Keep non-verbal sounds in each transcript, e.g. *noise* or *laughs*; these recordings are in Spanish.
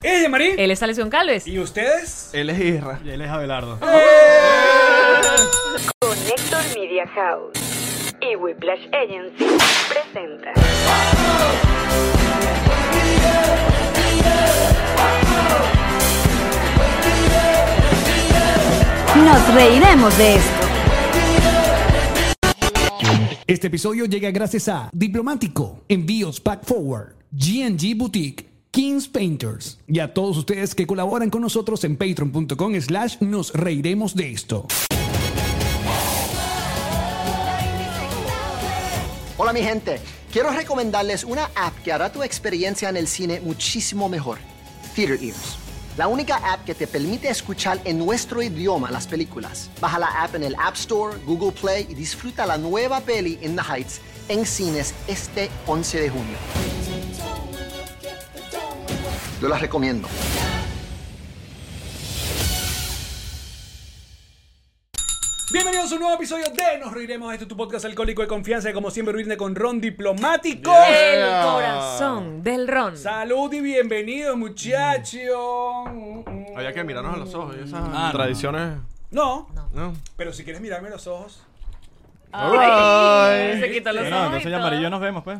Ella es Marín. Él es Alexion Calves. ¿Y ustedes? Él es Isra. Y él es Abelardo. Connector Media House y Whiplash Agency presenta Nos reiremos de esto. Este episodio llega gracias a Diplomático, Envíos Pack Forward, GNG Boutique, Kings Painters y a todos ustedes que colaboran con nosotros en patreon.com slash nos reiremos de esto. Hola mi gente, quiero recomendarles una app que hará tu experiencia en el cine muchísimo mejor. Theater Ears. La única app que te permite escuchar en nuestro idioma las películas. Baja la app en el App Store, Google Play y disfruta la nueva peli In the Heights en cines este 11 de junio. Yo las recomiendo. Bienvenidos a un nuevo episodio de Nos Reiremos. Este es tu podcast alcohólico de confianza. y Como siempre, brinde con ron diplomático. El corazón del ron. Salud y bienvenidos, muchachos. Había que mirarnos a los ojos y esas Ah, no. tradiciones. No, No. pero si quieres mirarme los ojos. Ay, se quitó los Bueno, ojos y Eh, entonces ya todo. amarillo nos vemos, pues.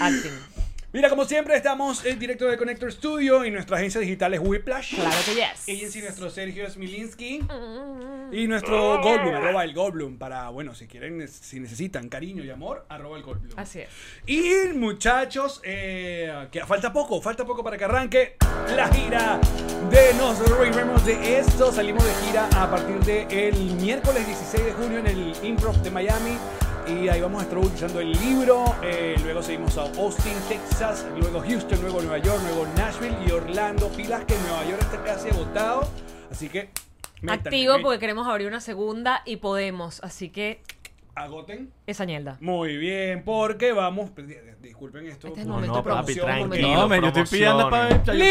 Acting. Mira, como siempre, estamos en directo de Connector Studio y nuestra agencia digital es Whiplash. Claro que yes. Ella en sí, nuestro Sergio Smilinski y nuestro Goldblum, arroba el Goldblum, para, bueno, si quieren, si necesitan cariño y amor, arroba el Goldblum. Así es. Y muchachos, eh, que falta poco, falta poco para que arranque la gira de Nos Reiremos de esto. Salimos de gira a partir del miércoles 16 de junio en el Improv de Miami. Y ahí vamos a estar utilizando el libro. eh, luego seguimos a Austin, Texas. Luego Houston, luego Nueva York, luego Nashville y Orlando. Pilas que en Nueva York está casi agotado. Así que. métanle, Activo mé- porque queremos abrir una segunda y podemos. Así que Agoten. esa ñelda. Muy bien, porque vamos. Disculpen esto. Este es el no, momento no, de papi, promoción. momento de tranquilo. No, me, yo estoy pidiendo para. promociones.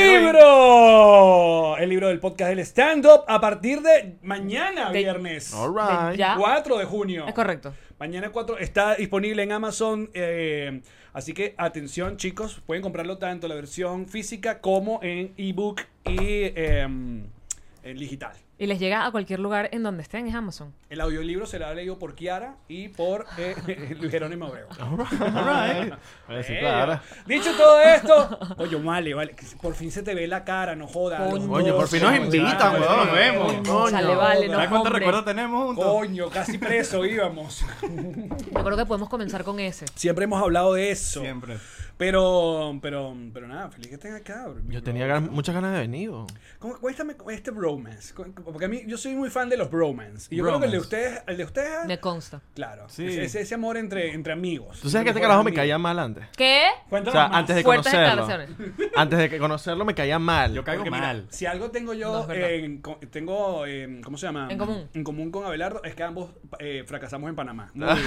¡Libro! El libro del podcast del stand-up a partir de mañana, De- viernes. All De- right. ya. 4 de junio. Es correcto. Mañana 4 está disponible en Amazon. eh, así que atención, chicos. Pueden comprarlo tanto la versión física como en ebook y eh, en digital. Y les llega a cualquier lugar en donde estén, es Amazon. El audiolibro se lo ha leído por Kiara y por eh, *laughs* Luis Jerónimo Abreu. All *laughs* right. Eh, sí, claro. Dicho todo esto, *laughs* oye, vale, vale, que por fin se te ve la cara, no jodas. Coño. Coño, por fin nos Coño, invitan, chale, weón. Nos vale, vemos. coño. Coño. Sale, vale, no. ¿Sabes cuánto hombre. recuerdo tenemos juntos? Coño, casi preso *laughs* íbamos. Yo creo que podemos comenzar con ese. Siempre hemos hablado de eso. Siempre. Pero, pero, pero nada, feliz que estén acá. bro. Yo tenía gan- muchas ganas de venir. weón. ¿Cómo- cuéntame este bromance. cu- Porque a mí, yo soy muy fan de los bromance. Y yo creo que el de ustedes, el de ustedes, Me consta. claro. Sí. Ese, ese- ese amor entre, entre amigos. Tú sabes que Mejores este carajo me amigos. caía mal antes. ¿Qué? O Cuéntanos sea, más. antes de Fuertes conocerlo. declaraciones. *laughs* Antes de que conocerlo me caía mal. Yo caigo Porque mira, *laughs* mal. si algo tengo No, yo, es verdad. en co- tengo, eh, ¿cómo se llama? En común. En común con Abelardo es que ambos eh, fracasamos en Ah. Panamá. Muy bien.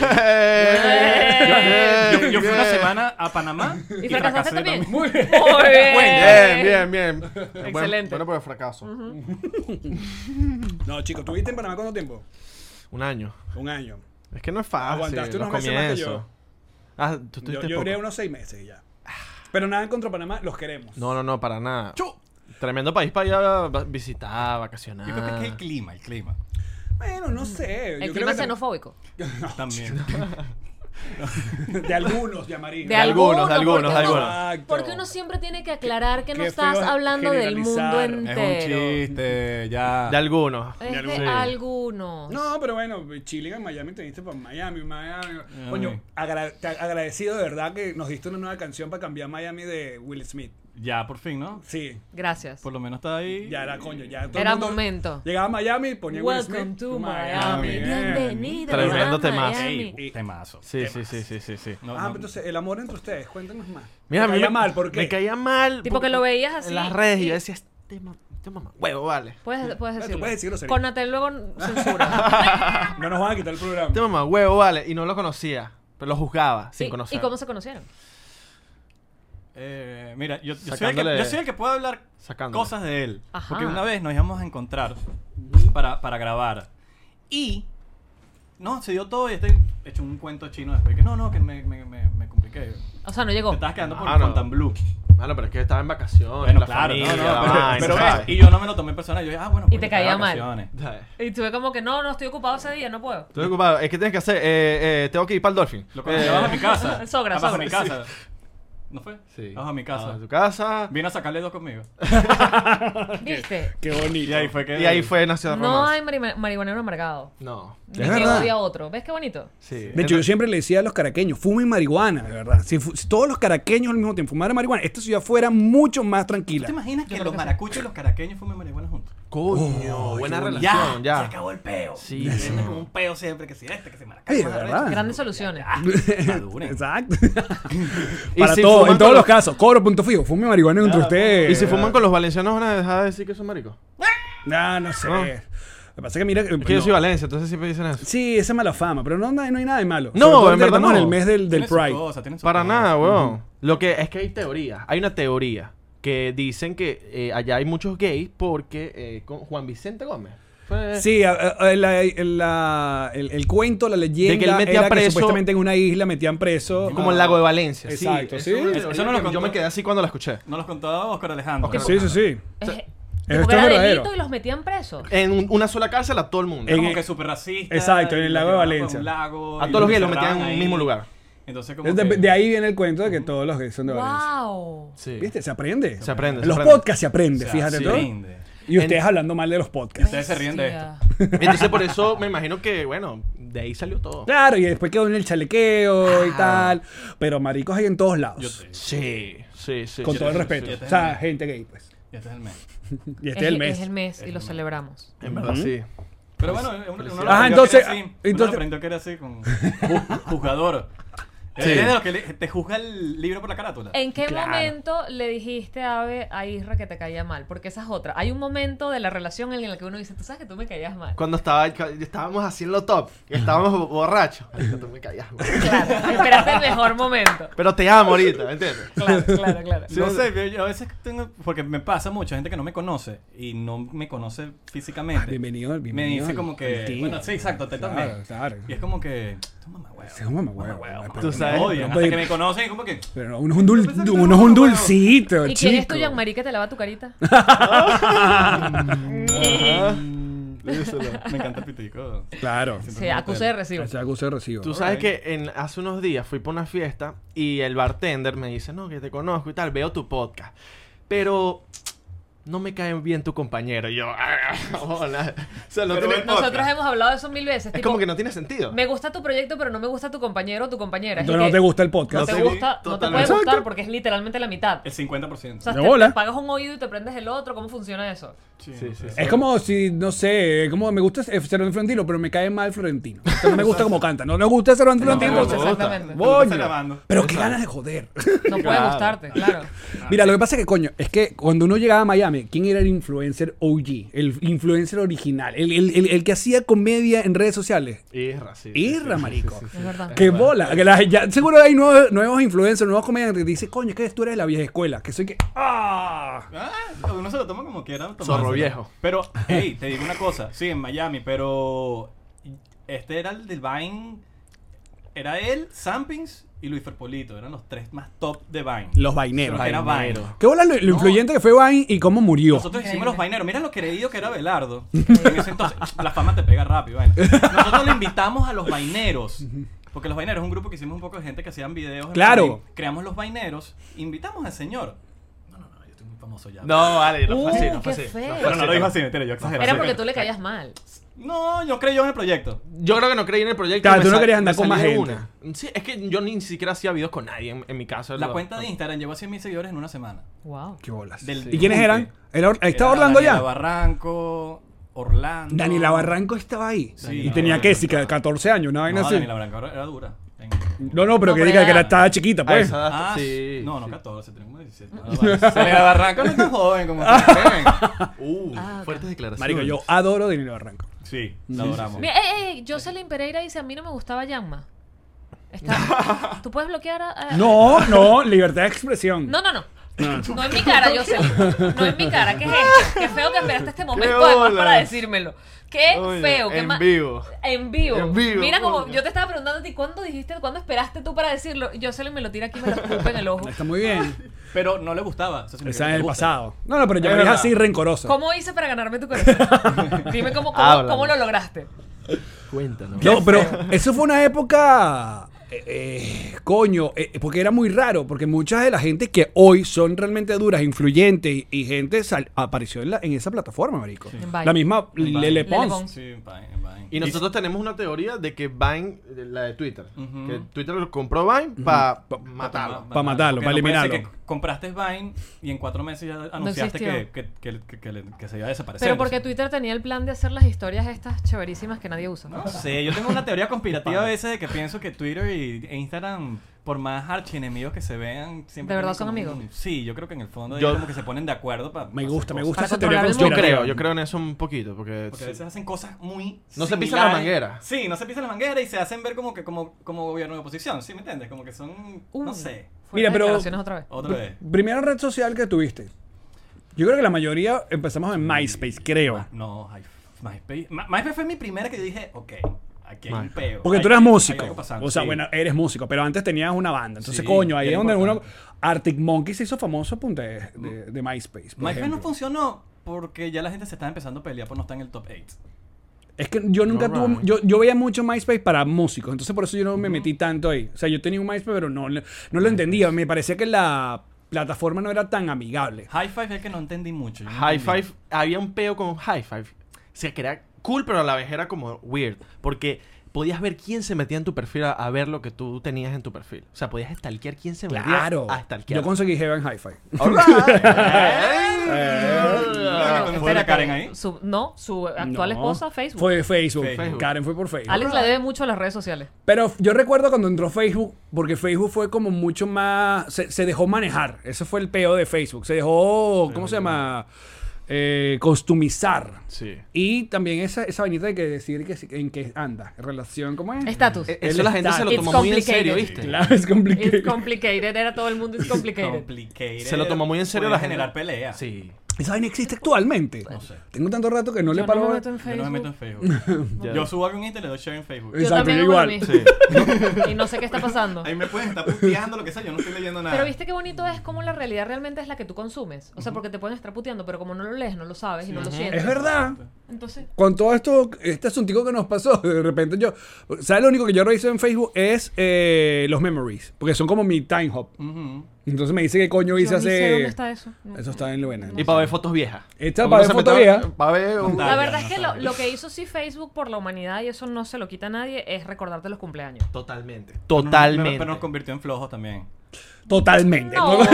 Eh, Yo, yo fui bien. una semana a Panamá ¿Y fracasaste también? Muy bien. Muy bien. Bien, *laughs* bien, bien. Bueno, Excelente. Bueno, por el fracaso. No, chicos, ¿tuviste en Panamá cuánto tiempo? Un año. Un año. Es que no es fácil. Aguantaste los unos meses más que comienzos. yo. Ah, Yo, tú estuviste yo duré poco. unos seis meses y ya. Pero nada en contra Panamá, los queremos. No, no, no, para nada. Tremendo país para ir a va- visitar, vacacionar. Yo creo que es que el clima, el clima. Bueno, no sé. El clima es xenofóbico. xenofóbico. También. *laughs* De algunos, de amarillo. De, al- algunos, de algunos, algunos, porque uno- de algunos. Exacto. Porque uno siempre tiene que aclarar que no qué estás feo hablando del mundo generalizar. es un entero. chiste, ya. De algunos. Es algunos. de Sí. algunos. No, pero bueno, Chile en Miami te diste para Miami, Ah, Miami. Ay. Coño, agra- te agradecido de verdad que nos diste una nueva canción para cambiar Miami de Will Smith. Ya, por fin, ¿no? Sí, Gracias. Por lo menos está ahí. ya era coño, ya todo el Era mundo momento. Llegaba a Miami y ponía Will Welcome Smith. to Miami. eh. Bienvenido. Tremendo a temazo. Miami. Ey, temazo. Sí, sí, sí, sí, sí, sí. No, no. Ah, pero entonces el amor entre ustedes, cuéntanos más. Mira, a me mí caía mal, ¿por qué? Me caía mal. Tipo porque- que lo veías así En las redes y y- yo decía, este, ma- este mamá. Huevo, vale. Puedes, puedes tú decirlo. puedes decirlo, sería. Conatel luego censura. No nos van a quitar el programa. Este mamá, huevo, vale. Y no lo conocía. Pero lo juzgaba sin Sí, conocer. ¿Y cómo se conocieron? Eh, mira, yo, yo soy el que, Sacándole- yo soy el que puedo hablar Sacándole. cosas de él. Ajá. Porque una vez nos íbamos a encontrar para, para grabar. Y. No, se dio todo y estoy hecho un cuento chino después. Que no, no, que me, me, me, me compliqué. O sea, no Te llegó. estabas quedando por Ah, no. Fontainebleau. Bueno, pero es que estaba en vacaciones. Bueno, la claro, familia, no, la no, pero, vaina, pero ¿sabes? *laughs* ves, y yo no me lo tomé en persona. Yo dije, ah, bueno, Y porque te caía estaba de mal. vacaciones. Y tuve como que, no, no, estoy ocupado ese día, no puedo. Estoy ocupado. Es que tienes que hacer. Eh, eh, tengo que ir para el Dolphin. Lo cuando Eh, llevas a mi *laughs* casa. Sobra, Ah, sobra. Bajo mi casa. ¿No fue? Sí. Ah, Bajo mi casa. A tu casa. Vino a sacarle dos conmigo. ¿Viste? Qué bonito. Y ahí fue que. Y ahí fue Nación No hay mari- marihuanero amargado. No. Ni Es que verdad. odia a otro. ¿Ves qué bonito? Sí. De hecho, yo siempre le decía a los caraqueños, fumen marihuana, de verdad. Si, fu- si todos los caraqueños al mismo tiempo fumaran marihuana, esta ciudad fuera mucho más ¿Tú te Este tranquila. imaginas que los maracuchos y los caraqueños fumen marihuana juntos? Coño, Oh, buena relación, ya. Se acabó el peo. Sí. Y venden como un peo siempre que si este, que si maracacho. Sí, de más arrecho. verdad. Grandes soluciones. Maduren. *laughs* Exacto. *laughs* Y Para si todo, fuman en todos con los casos. Cobro punto fijo, fume marihuana entre ustedes. Y si fuman con los valencianos, van a dejar de decir que son maricos. No, no sé. No. Lo que pasa es que mira... Ah. Es que yo soy Valencia, entonces siempre dicen eso. Sí, esa es mala fama, pero no, no hay nada de malo. No, Sobre todo en ahorita que verdad estamos no. en el mes del, del Tienen sus Pride. cosas, tienen sus Para cosas. nada, weón. Lo que es que hay teoría. Hay una teoría que dicen que eh, allá hay muchos gays porque eh, con Juan Vicente Gómez. Fue- Sí, a- a- a- la- la- el, el cuento, la leyenda De que él metía era que preso- supuestamente en una isla metían preso. Como el lago de Valencia. Exacto, sí. es una Eso- eso teoría no lo que contó. yo me quedé así cuando la escuché. Nos los contó Oscar Alejandro. Oscar Sí, sí, sí. Es, es porque era verdadero. delito y los metían presos. En un- una sola cárcel a todo el mundo. En- Como que súper racista. Exacto, en el y lago de llevaban Valencia. un lago, A y todos los gays los encerraban metían en un ahí. mismo lugar. Entonces, como. De, que- de ahí viene el cuento de que todos los gays son de Valencia. ¡Wow! Sí. ¿Viste? Se aprende. Se aprende, En se los aprende. podcasts se aprende, o sea, fíjate se tú. rinde. Y ustedes hablando mal de los podcasts. Ustedes se ríen de esto. Hostia. Entonces por eso me imagino que, bueno, de ahí salió todo. Claro, y después quedó en el chalequeo Ah. y tal. Pero maricos hay en todos Yo lados. te- *laughs* Sí, sí, sí. Con sí, todo el sí, respeto. sí. sí. O sea, gente gay, pues. Y este es el mes. Y este es el mes. Es el mes y lo celebramos. En verdad, sí. Pero bueno, uno, uno lo Ajá, aprendió entonces- que era así. entonces- Uno aprendió que era así con ju- juzgador. Sí. Eres de los que le- te juzga el libro por la carátula. ¿En qué momento le dijiste Ave a Isra que te caía mal? Porque esa es otra. Hay un momento de la relación en el que uno dice, tú sabes que tú me caías mal. Cuando estaba, cu- estábamos haciendo top, estábamos *laughs* bo- borrachos. Ay, tú me callas, man. Claro, esperaste el mejor momento. Pero te amo ahorita, ¿me entiendes? Claro, claro, claro. no sé, yo- yo a veces tengo. Porque me pasa mucho, gente que no me conoce y no me conoce físicamente. bienvenido, Me bienvenido dice al- como al que. team. Bueno, sí, exacto, te Claro, también. claro. Y es como que. Tú mamá Sí, es un mamahuevo, pero- Tú sabes. Odian. Hasta que me conocen y como que. Pero no, uno es un, dul- pensé que uno era es un un huevo. dulcito, ¿Y chico. quién es tu Jean-Marie que te lava tu carita? Ajá. Me encanta el pitico. Claro. Se acuse de recibo. O sea, que usted recibo. Tú sabes que en, hace unos días fui para una fiesta y el bartender me dice, no, que te conozco y tal, veo tu podcast. Pero no me cae bien tu compañero. Y yo, "Ah, hola. O sea, no Pero tiene- el podcast. Nosotros hemos hablado de eso mil veces. es tipo, como que no tiene sentido. Me gusta tu proyecto, pero no me gusta tu compañero o tu compañera. Es Entonces no que te gusta el no podcast. te Sí, gusta, no te puede totalmente. gustar porque es literalmente la mitad. El O 50%. sea, De te, bola. te pagas un oído y te prendes el otro. ¿Cómo funciona eso? Sí, sí, sí. Es como si, no sé, es como me gusta eh, Cervantes Florentino, pero me cae mal Florentino. O sea, no me gusta como canta. No me gusta Cervantes No, Florentino. me entonces- gusta. exactamente. Tú estás Coño. grabando. Pero qué ganas de joder. No puede Claro. gustarte, claro. Mira, lo que pasa es que, coño, es que cuando uno llegaba a Miami, ¿quién era el influencer OG? El influencer original. El, el- el- el que hacía comedia en redes sociales. Irra, sí. sí, sí, Irra, sí, marico. sí, sí. Es verdad. Qué bola. Que la- ya, seguro hay nuevos, nuevos influencers, nuevos comediantes que dicen, coño, que tú eres de la vieja escuela. Que soy que. ¡Ah! Ah, uno se lo toma como quiera. tomárselo. Zorro viejo. Pero, *laughs* hey, te digo una cosa. Sí, en Miami, pero. Este era el del Vine. Era él, Sampings y Luis Ferpolito. Eran los tres más top de Vine. Los vaineros. Solo que era Vine. Qué bola lo, lo influyente que fue Vine y cómo murió. Nosotros hicimos los vaineros. Mira lo creído que era Belardo. *laughs* En ese entonces, la fama te pega rápido. vaina. Nosotros le invitamos a los vaineros. Porque los vaineros es un grupo que hicimos un poco de gente que hacían videos. en Claro. Madrid. Creamos los vaineros. Invitamos al señor. No, no, no, yo estoy muy famoso ya. No, vale, no fue así, no Uh, fue qué así. feo. fue Pero no lo dijo así, mentira, yo exageré. Era porque tú le caías mal. No, yo creo yo en el proyecto. Yo creo que no creí en el proyecto. Claro, me tú no sal- querías andar me con salí más de gente. una. Sí, es que yo ni siquiera hacía videos con nadie en, en mi caso. La lo- cuenta de Instagram llegó a 100.000 seguidores en una semana. Wow. Qué bolas. Del ¿Y quiénes Junte. eran? Era Or- ¿Estaba Era Orlando Daniela ya? Barranco, Orlando. Daniela Barranco estaba ahí. Sí. y tenía No, que, sí, 14 años, una vaina No, así. Daniela Barranco era dura. En- No, no, pero No, que por diga edad. que era, estaba chiquita, A pues. esa edad, Ah, Ah, sí. No, no sí. Ah, 14, tenemos 17. No, *laughs* vale. Daniela Barranco no es tan joven como Ah. ustedes. Uh, Ah, ok. fuertes declaraciones. Marico, yo adoro *laughs* Daniela Barranco. Sí, la adoramos. Mira, eh, eh, Jocelyn Pereira dice, a mí no me gustaba Yanma. Está- ¿Tú puedes bloquear a...? a- No, no, libertad de expresión. No, no, no. No en mi cara, yo sé. No en mi cara. ¿Qué es esto? Qué feo que esperaste este momento además hola. para decírmelo. Qué Oye, feo. Qué en ma- vivo. En vivo. En vivo, Mira como coño. yo te estaba preguntando a ti, ¿cuándo dijiste, cuándo esperaste tú para decirlo? Y Yo se lo me lo tira aquí y me lo escupe en el ojo. Está *laughs* muy bien. Pero no le gustaba. Eso significa Está que en le el gusta. pasado. No, no, pero yo Es me dije verdad. así rencoroso. ¿Cómo hice para ganarme tu corazón? *laughs* Dime cómo, cómo- Háblame. cómo lo lograste. Cuéntanos. No, pero eso fue una época. eh, eh, coño, eh, porque era muy raro, porque muchas de la gente que hoy son realmente duras, influyentes y, y gente sal- apareció en, la- en esa plataforma, marico. En Vine. La misma En Vine. Lele Lele Pons. Pons. Sí, Vine, Vine. Y nosotros tenemos una teoría de que Vine, eh, la de Twitter, Ujú. que Twitter lo compró Vine para matarlo. pa- matarlo, Porque pa' no puede ser eliminarlo. que compraste Vine y en cuatro meses ya anunciaste que, existió. que, que, que- que le- que se iba a desaparecer. Pero porque Twitter tenía el plan de hacer las historias estas chéverísimas que nadie usa. No sé, yo tengo una teoría conspirativa a veces de que pienso que Twitter y, e Instagram, por más archienemigos que se vean, siempre. ¿De verdad tienen son como amigos? un- Sí, yo creo que en el fondo Yo- ellos como que se ponen de acuerdo para. Me gusta, me gusta Para esa teoría controlar el Yo mundo. conspirativa. creo, yo creo en eso un poquito, porque... Porque sí. a veces hacen cosas muy. No se pisa la similares. manguera. Sí, no se pisa la manguera y se hacen ver como que como, como gobierno de oposición, ¿sí me entiendes? Como que son. Uh, No sé. fuertes Mira, pero- declaraciones otra vez. Otra vez. Eh, Primera red social que tuviste. Yo creo que la mayoría empezamos en MySpace, creo. Ah, No, ay, MySpace. Ma- MySpace fue mi primera que yo dije, ok, aquí hay un MySpace. peo. Porque hay- tú eras hay músico. algo pasando, O sea, sí. bueno, eres músico, pero antes tenías una banda. Entonces, Sí, coño, ahí era es donde uno. importante. Arctic Monkey se hizo famoso a punta de, de- de MySpace. MySpace por no ejemplo. funcionó porque ya la gente se estaba empezando a pelear por no estar en el top 8. Es que yo nunca Alright. tuve. Yo, yo veía mucho MySpace para músicos, entonces por eso yo no me metí tanto ahí. O sea, yo tenía un MySpace, pero no, le- no lo entendía. Me parecía que la plataforma no era tan amigable. High Five es el que no entendí mucho. yo no High entendí. Five, había un peo con High Five. O sea, que era cool, pero a la vez era como weird. Porque podías ver quién se metía en tu perfil a, a ver lo que tú tenías en tu perfil. O sea, podías stalkear quién se metía Claro. a stalkear. Yo conseguí Heaven Hi-Fi. Alright. ¡Eh! Ah, Espérate, ¿fue la Karen ahí? su- no, su actual No. esposa, Facebook. Fue Facebook. Facebook. Karen fue por Facebook. Alex le debe mucho a las redes sociales. Pero yo recuerdo cuando entró Facebook, porque Facebook fue como mucho más. Se, se dejó manejar. Ese fue el peo de Facebook. Se dejó. ¿Cómo se llama? Eh, costumizar. Sí. Y también esa, esa vainita de que decir que, si- en qué anda. Relación, ¿cómo es? Estatus. E- El Eso la gente se status. lo It's tomó muy en complicated. serio, ¿viste? Claro, es complicado. It's complicated. Era todo el mundo it's complicated. Complicated. Se lo tomó muy en serio Puede la gente. generar pelea. Sí. ¿Esa vaina existe actualmente? No sé. Tengo tanto rato que no Yo le no paro. me meto en Yo no me meto en Facebook. Facebook. *laughs* Ya. Yo subo algo en Instagram y le doy share en Facebook. Eh. Yo Exacto, también yo hago lo igual. mismo. *laughs* Y no sé qué está pasando. Ahí me pueden estar puteando, lo que sea, yo no estoy leyendo nada. Pero viste qué bonito es cómo la realidad realmente es la que tú consumes. O sea, porque te pueden estar puteando, pero como no lo lees, no lo sabes y no lo sientes. Es verdad. Entonces, Con todo esto, este asuntico que nos pasó, de repente yo. ¿Sabes lo único que yo reviso en Facebook? Es eh, los memories. Porque son como mi time hop. Ujú. Entonces me dice que coño hice yo ni hace. sé dónde está eso. Eso está en Luena. Y para ver fotos viejas. Esta Uno para se ver foto metía- vieja. Para ver un- Total. La verdad no es que lo, sabes. lo que hizo sí Facebook por la humanidad, y eso no se lo quita a nadie, es recordarte los cumpleaños. Totalmente. Pero, Totalmente. pero nos convirtió en flojos también. Totalmente. No, Yo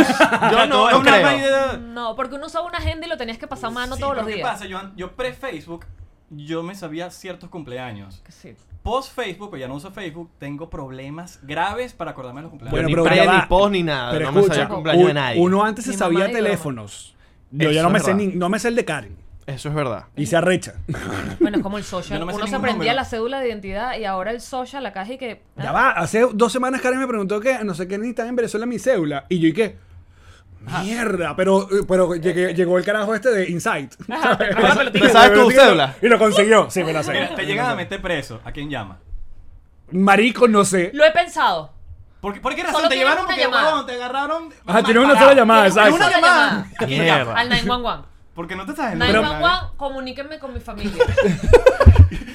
no, Es no una creo. vaina- *laughs* no, porque uno usaba una agenda y lo tenías que pasar a mano Sí, todos pero los ¿Qué días. pasa? Yo, an- yo pre-Facebook, yo me sabía ciertos cumpleaños. Que sí. Post-Facebook, pues ya no uso Facebook, tengo problemas graves para acordarme de los cumpleaños. Bueno, Bueno, ni pero pre, ya ni va. post, ni nada. Pero no me sabía escucha, el cumpleaños de u- nadie. uno antes se Mi sabía mamá y mi mamá. teléfonos. Yo Eso ya no me es sé ni, verdad. no me sé el de Karen. Eso es verdad. Y se arrecha. Bueno, es como el Yo social. no me sé uno se ningún aprendía número. la cédula de identidad y ahora el social, la caja y que. ah, Ya va, hace dos semanas Karen me preguntó que no sé qué necesitan en Venezuela mi cédula. Y yo, ¿y qué? Mierda, pero, pero llegué- llegó el carajo este de Insight. ¿Te sabes tu cédula? Y lo consiguió. Sí, me la sé. *laughs* Mira, te llegan a meter preso, ¿a quién llama? Marico, no sé. Lo he pensado. ¿Por qué, por qué Solo razón te tienes llevaron? una Porque llamada. huevón, te agarraron. Ajá, mal tiene Ah, una parado. sola llamada, Tienes exacto. una sola llamada. Mierda. Al 911. *laughs* Porque no te sabes el número. 911, comuníquenme con mi familia.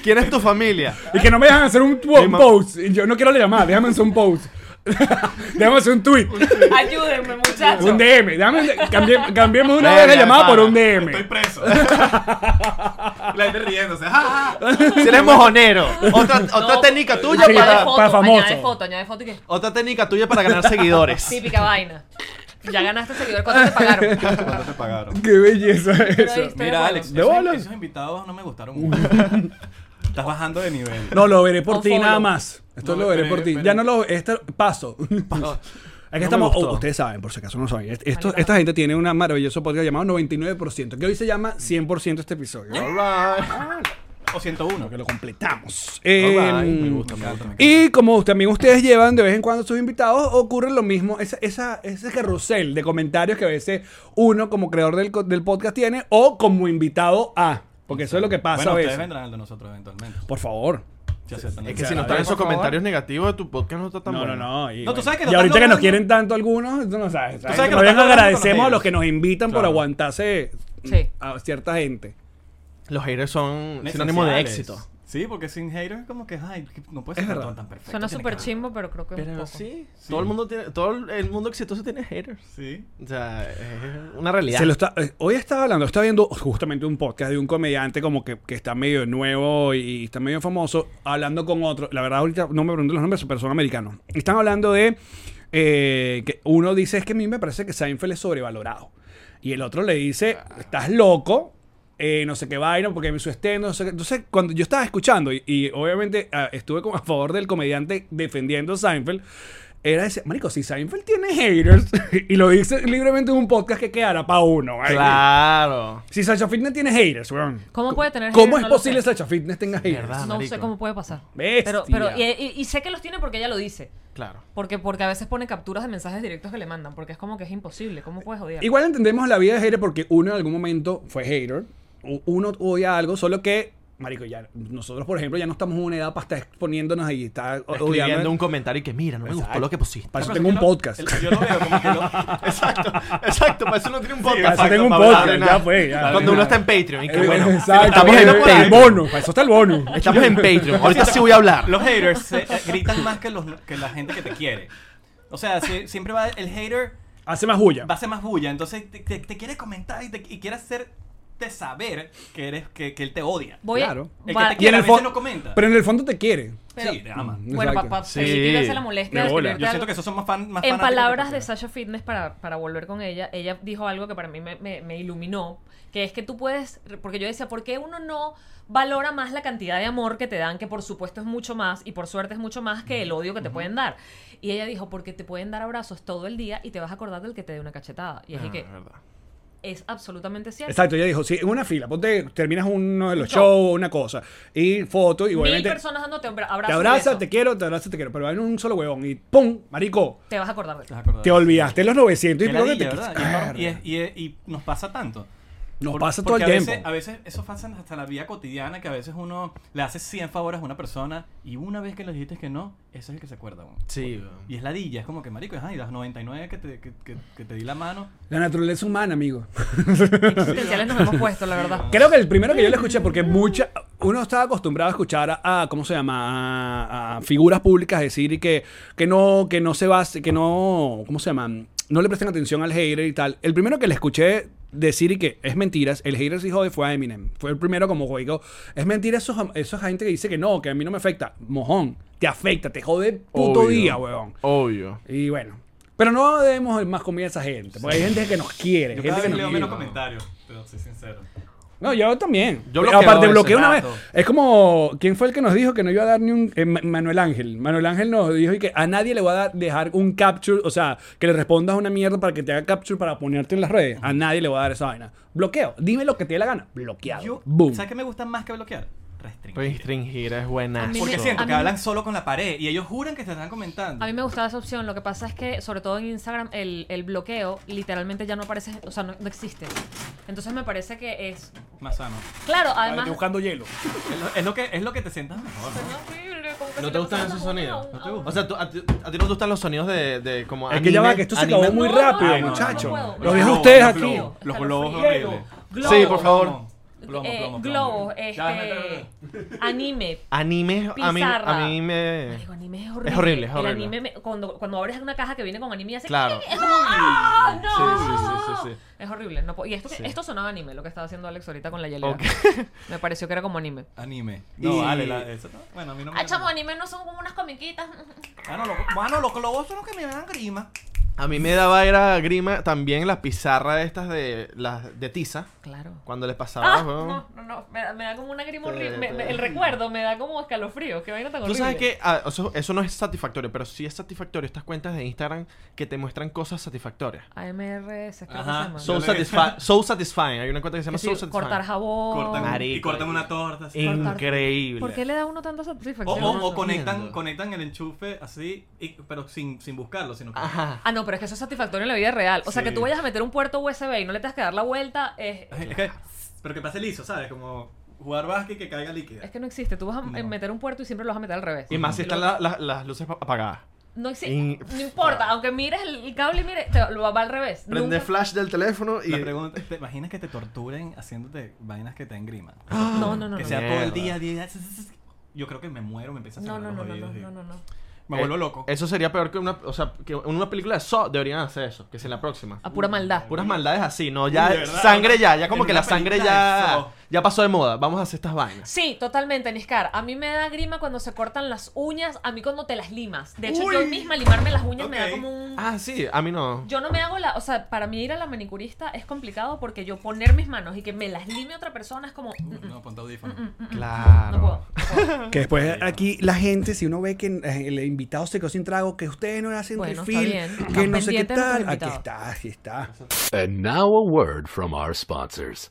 ¿Quién es tu familia? Y que no me dejan hacer un, tu- un ma- post. Y yo no quiero la llamada, déjame hacer un post. *laughs* déjame hacer un tweet. Ayúdenme, muchachos. Un DM. Déjame, cambié- cambiemos una Verga, vez la llamada pana. por un DM. Estoy *laughs* preso. la gente riéndose. ¡Ja, ja, *laughs* ja! Si eres mojonero. Otra, otra No, técnica tuya sí, añade para. foto, para famoso. Añade foto, añade foto y que. Otra técnica tuya para ganar seguidores. Típica vaina. Ya ganaste seguidor, ¿cuánto te pagaron? ¿Cuánto te pagaron? Qué belleza Pero ahí eso. estoy de Mira, acuerdo. Alex, ¿De esos, bolas? esos invitados no me gustaron *laughs* mucho. Estás bajando de nivel. No, lo veré por Un ti follow. nada más. Esto No, lo veré pero- por ti. pero- Ya no lo este paso. *laughs* Aquí me estamos, gustó. oh, ustedes saben, por si acaso no saben. Est- esto- Maldita esta gente tiene una ¿Eh? maravillosa podcast llamado 99%, que hoy se llama 100% este episodio. Alright. o 101. que lo completamos. Alright, me Em, gusta, me gusta. Y como también ustedes llevan de vez en cuando sus invitados, ocurre lo mismo, esa, esa- ese carrusel de comentarios que a veces uno como creador del, co- del podcast tiene o como invitado a. Porque eso es lo que pasa bueno, a ustedes veces. vendrán al de nosotros eventualmente. Por favor. Si aceptan el Es que desafío. si no a están ver, esos por favor. comentarios negativos de tu podcast no está tan No, bueno. no, no. Y, No, tú sabes que y lo están ahorita que nos logrando. quieren tanto algunos, tú no sabes. sabes sabes que lo más bien están logrando agradecemos con a los los que nos invitan por Claro. aguantarse mm, Sí. a cierta gente. Los haters son Esenciales. sinónimo de éxito. Sí, porque sin haters como que, ay, que no puede Es ser verdad. todo tan perfecto. Suena tiene súper que- chimbo, pero creo que un Pero poco. sí, todo el mundo tiene, todo el- el mundo exitoso tiene haters. Sí. O sea, es una realidad. Se lo está- eh, hoy estaba hablando, estaba viendo justamente un podcast de un comediante como que, que está medio nuevo y, y está medio famoso, hablando con otro. La verdad, ahorita no me pregunto los nombres, pero son americanos. Están hablando de eh, que uno dice es que a mí me parece que Seinfeld es sobrevalorado. Y el otro le dice, estás loco, eh, no sé qué vaina, porque su stand, no sé qué. Entonces, cuando yo estaba escuchando, y, y obviamente ah, estuve como a favor del comediante defendiendo a Seinfeld, era ese, marico, si Seinfeld tiene haters, *laughs* y lo dice libremente en un podcast que quedará para uno. ay, Claro. Si Sacha Fitness tiene haters, weón. ¿Cómo puede tener haters? ¿Cómo es No lo posible sé. Sacha Fitness tenga haters? verdad. Ah, No sé marico. cómo puede pasar. Bestia. Pero, pero y, y- y sé que los tiene porque ella lo dice. Claro. Porque, porque a veces pone capturas de mensajes directos que le mandan. Porque es como que es imposible. ¿Cómo puedes odiar? Igual entendemos la vida de hater porque uno en algún momento fue hater. u- Uno odia algo, solo que, marico, ya nosotros, por ejemplo, ya no estamos en una edad para estar exponiéndonos ahí. Estar o- Escribiendo odiando. un comentario y que mira, no me gustó Exacto. lo que pusiste. Para eso Pero tengo es un que lo- podcast. el- yo lo veo como que lo- Exacto, *laughs* exacto, para eso no tiene un para eso exacto, tengo un para hablar podcast, de nada. ya fue, ya. Eh, Cuando uno está en Patreon, y que *laughs* bueno, Exacto, estamos el, en el Patreon. bono, para eso está el bono. *laughs* Estamos en Patreon, ahorita sí voy a hablar. Los haters se- eh, gritan más que, los, que la gente que te quiere. O sea, si- siempre va el hater Hace más bulla. va a hacer más bulla. Entonces te, te- te quiere comentar y, te, y quiere hacerte saber que eres que, que él te odia. Voy Claro. a, El que va- te Y en quiere a el veces fo- no comenta. Pero Mm. en el fondo te quiere. pero- sí, te ama. Bueno, Exacto. para pa, Sí. permitirse la molestia De de bola. escribirte Yo siento algo. que esos son más fan más En fanáticos palabras que de cualquiera. Sasha Fitness, para, para volver con ella, ella dijo algo que para mí me, me- me iluminó, que es que tú puedes, porque yo decía, ¿por qué uno no valora más la cantidad de amor que te dan, que por supuesto es mucho más, y por suerte es mucho más que el odio que te pueden dar? Y ella dijo, porque te pueden dar abrazos todo el día y te vas a acordar del que te dé una cachetada. Y es que es absolutamente cierto. Ah, Exacto, ella dijo, sí, en una fila, ponte, terminas uno de Un los show. shows, una cosa, y foto, y Mil obviamente personas dándote abra- te abrazos. abraza, besos. te quiero, te abraza, te quiero, pero en un solo huevón y ¡pum! Marico, Te vas a acordar de ¿Te eso. has acordado? te olvidaste los 900 y Qué pico que ladilla, te ¿verdad? Y, es nor- y es- y es- y nos pasa tanto. Nos Por- pasa todo el porque a veces- tiempo. a veces eso pasa hasta la vida cotidiana, que a veces uno le hace 100 favores a una persona y una vez que le dijiste que no, ese es el que se acuerda. weón. Sí, Y es ladilla, es como que marico, ay, las 99 que te, que, que- que te di la mano. La naturaleza humana, amigo. Existenciales nos hemos puesto, la verdad. Creo que el primero que yo le escuché, porque mucha, uno estaba acostumbrado a escuchar a, a, ¿cómo se llama? A, a figuras públicas decir y que, que no, que no se base, que no, ¿cómo se llama? No le prestan atención al hater y tal. El primero que le escuché decir y que es mentiras, el hater se jode fue a Eminem. Fue el primero como juego. Es mentira esos, esos gente que dice que no, que a mí no me afecta. Mojón, te afecta, te jode el puto Obvio. día, weón. obvio. Y bueno. Pero no debemos más comida a esa gente, porque hay gente que nos quiere. Yo gente cada que vez nos leo quiere. menos comentarios, pero soy sincero. No, yo también. Yo Pero bloqueo aparte ese bloqueé una vez. dato. Es como, ¿quién fue el que nos dijo que no iba a dar ni un... eh, Ma- Manuel Ángel. Manuel Ángel nos dijo y que a nadie le va a dar- dejar un capture, o sea, que le respondas una mierda para que te haga capture para ponerte en las redes. A nadie le va a dar esa vaina. Bloqueo. Dime lo que te dé la gana. Bloqueado. Yo, Boom. Pues ¿Sabes qué me gusta más que bloquear? Restringir. Restringir es buena. A mí me- Porque siento a que mí me- hablan solo con la pared y ellos juran que te están comentando. A mí me gustaba esa opción. Lo que pasa es que, sobre todo en Instagram, el, el bloqueo literalmente ya no aparece, o sea, no, no existe. Entonces me parece que es. Más sano. Claro, Ay, además. estoy buscando hielo. Es lo, es lo que, es lo que te sientas mejor. ¿no? ¿No te gustan esos sonidos? te gustan? O sea, tú- a, ti, a ti no te gustan los sonidos de, de como Es que ya anime- va, que esto se anime- acabó muy rápido, no, no, muchacho. no puedo. Los No, dejo a no, ustedes no, aquí. no. Los globos horribles. Sí, por favor. Globo, Eh, globo, este. Anime. Anime, a mí, Pizarra. a mí me... Marico, anime es horrible. Es horrible, es horrible. El anime, me- cuando, cuando abres una caja que viene con anime y hace. Claro. Es como. ¡Ah! ¡No! Sí, sí, sí, sí, sí. Es horrible. No, po- y esto, que- Sí. esto sonaba anime, lo que estaba haciendo Alex ahorita con la hielera. Ok. *laughs* Me pareció que era como anime. Anime. No, Y- vale, la- eso no- Bueno, a mí no me. Ah, chamo, anime no son como unas comiquitas. *laughs* Ah, no, lo- bueno, los globos son los que me dan grima. A mí me daba era grima también las pizarras estas de las de tiza. Claro. Cuando les pasaba, Ah, weón. no, no, no, me da, me da como una grima Te- horrible. me- te- me- el recuerdo me da como escalofrío. Qué vaina tan Tú horrible. sabes que ah, o sea, eso, no es satisfactorio, pero sí es satisfactorio estas cuentas de Instagram que te muestran cosas satisfactorias. AMRS, creo que Ajá, se llama. so- Soul, le- satisfi- soul Satisfying. Hay una cuenta que Que se llama sí, Soul Satisfying. cortar jabón. Cortan, y Marico. cortan una torta. así. cortar- Increíble. ¿Por qué le da uno tanta O, satisfacción? o- a o eso? conectan, entiendo. conectan el enchufe así, y- pero sin, sin buscarlo, sino que... Ajá. Ah, no, pero es que eso es satisfactorio en la vida real. O sea, Sí. que tú vayas a meter un puerto USB y no le tengas que dar la vuelta, es, *laughs* Es que- pero que pase liso, ¿sabes? Como jugar básquet y que caiga líquida. es que no existe. Tú vas a eh, No. meter un puerto y siempre lo vas a meter al revés. Y más si están lo- la- la- las luces apagadas. No existe. In- No importa, aunque mires el cable y mires, te, lo va al revés. Prende Nunca- flash del teléfono y. La pregunta, ¿te imaginas que te torturen haciéndote vainas que te engriman? No, no, no. que no. sea todo el Mierda. día, día, día- Yo creo que me muero, me empieza a No, sangrar no, no, los no, no, oídos y no, no, no. Me Eh, vuelvo loco. Eso sería peor que una. O sea, que en una película de Saw deberían hacer eso, que es en la próxima. A Ah, pura maldad. Puras maldades así, ¿no? Uy, de Ya verdad. sangre ya, ya como En que una la sangre película de ya Saw. ya pasó de moda. Vamos a hacer estas vainas. Sí, totalmente, Niscar. A mí me da grima cuando se cortan las uñas, a mí cuando te las limas. De hecho, yo misma limarme las uñas me da Ok. como un... Ah, sí, a mí no. Yo no me hago la... O sea, para mí ir a la manicurista es complicado porque yo poner mis manos y que me las lime otra persona es como... Uy, mm, mm, no, ponte audífono. Claro. No puedo. no puedo. Que después aquí la gente, si uno ve que eh, el invitado se quedó sin trago, que ustedes no le hacen Bueno, está refill, bien. que Están no sé qué pendientes de nuestros tal. Aquí invitados. está, aquí está. And now a word from our sponsors.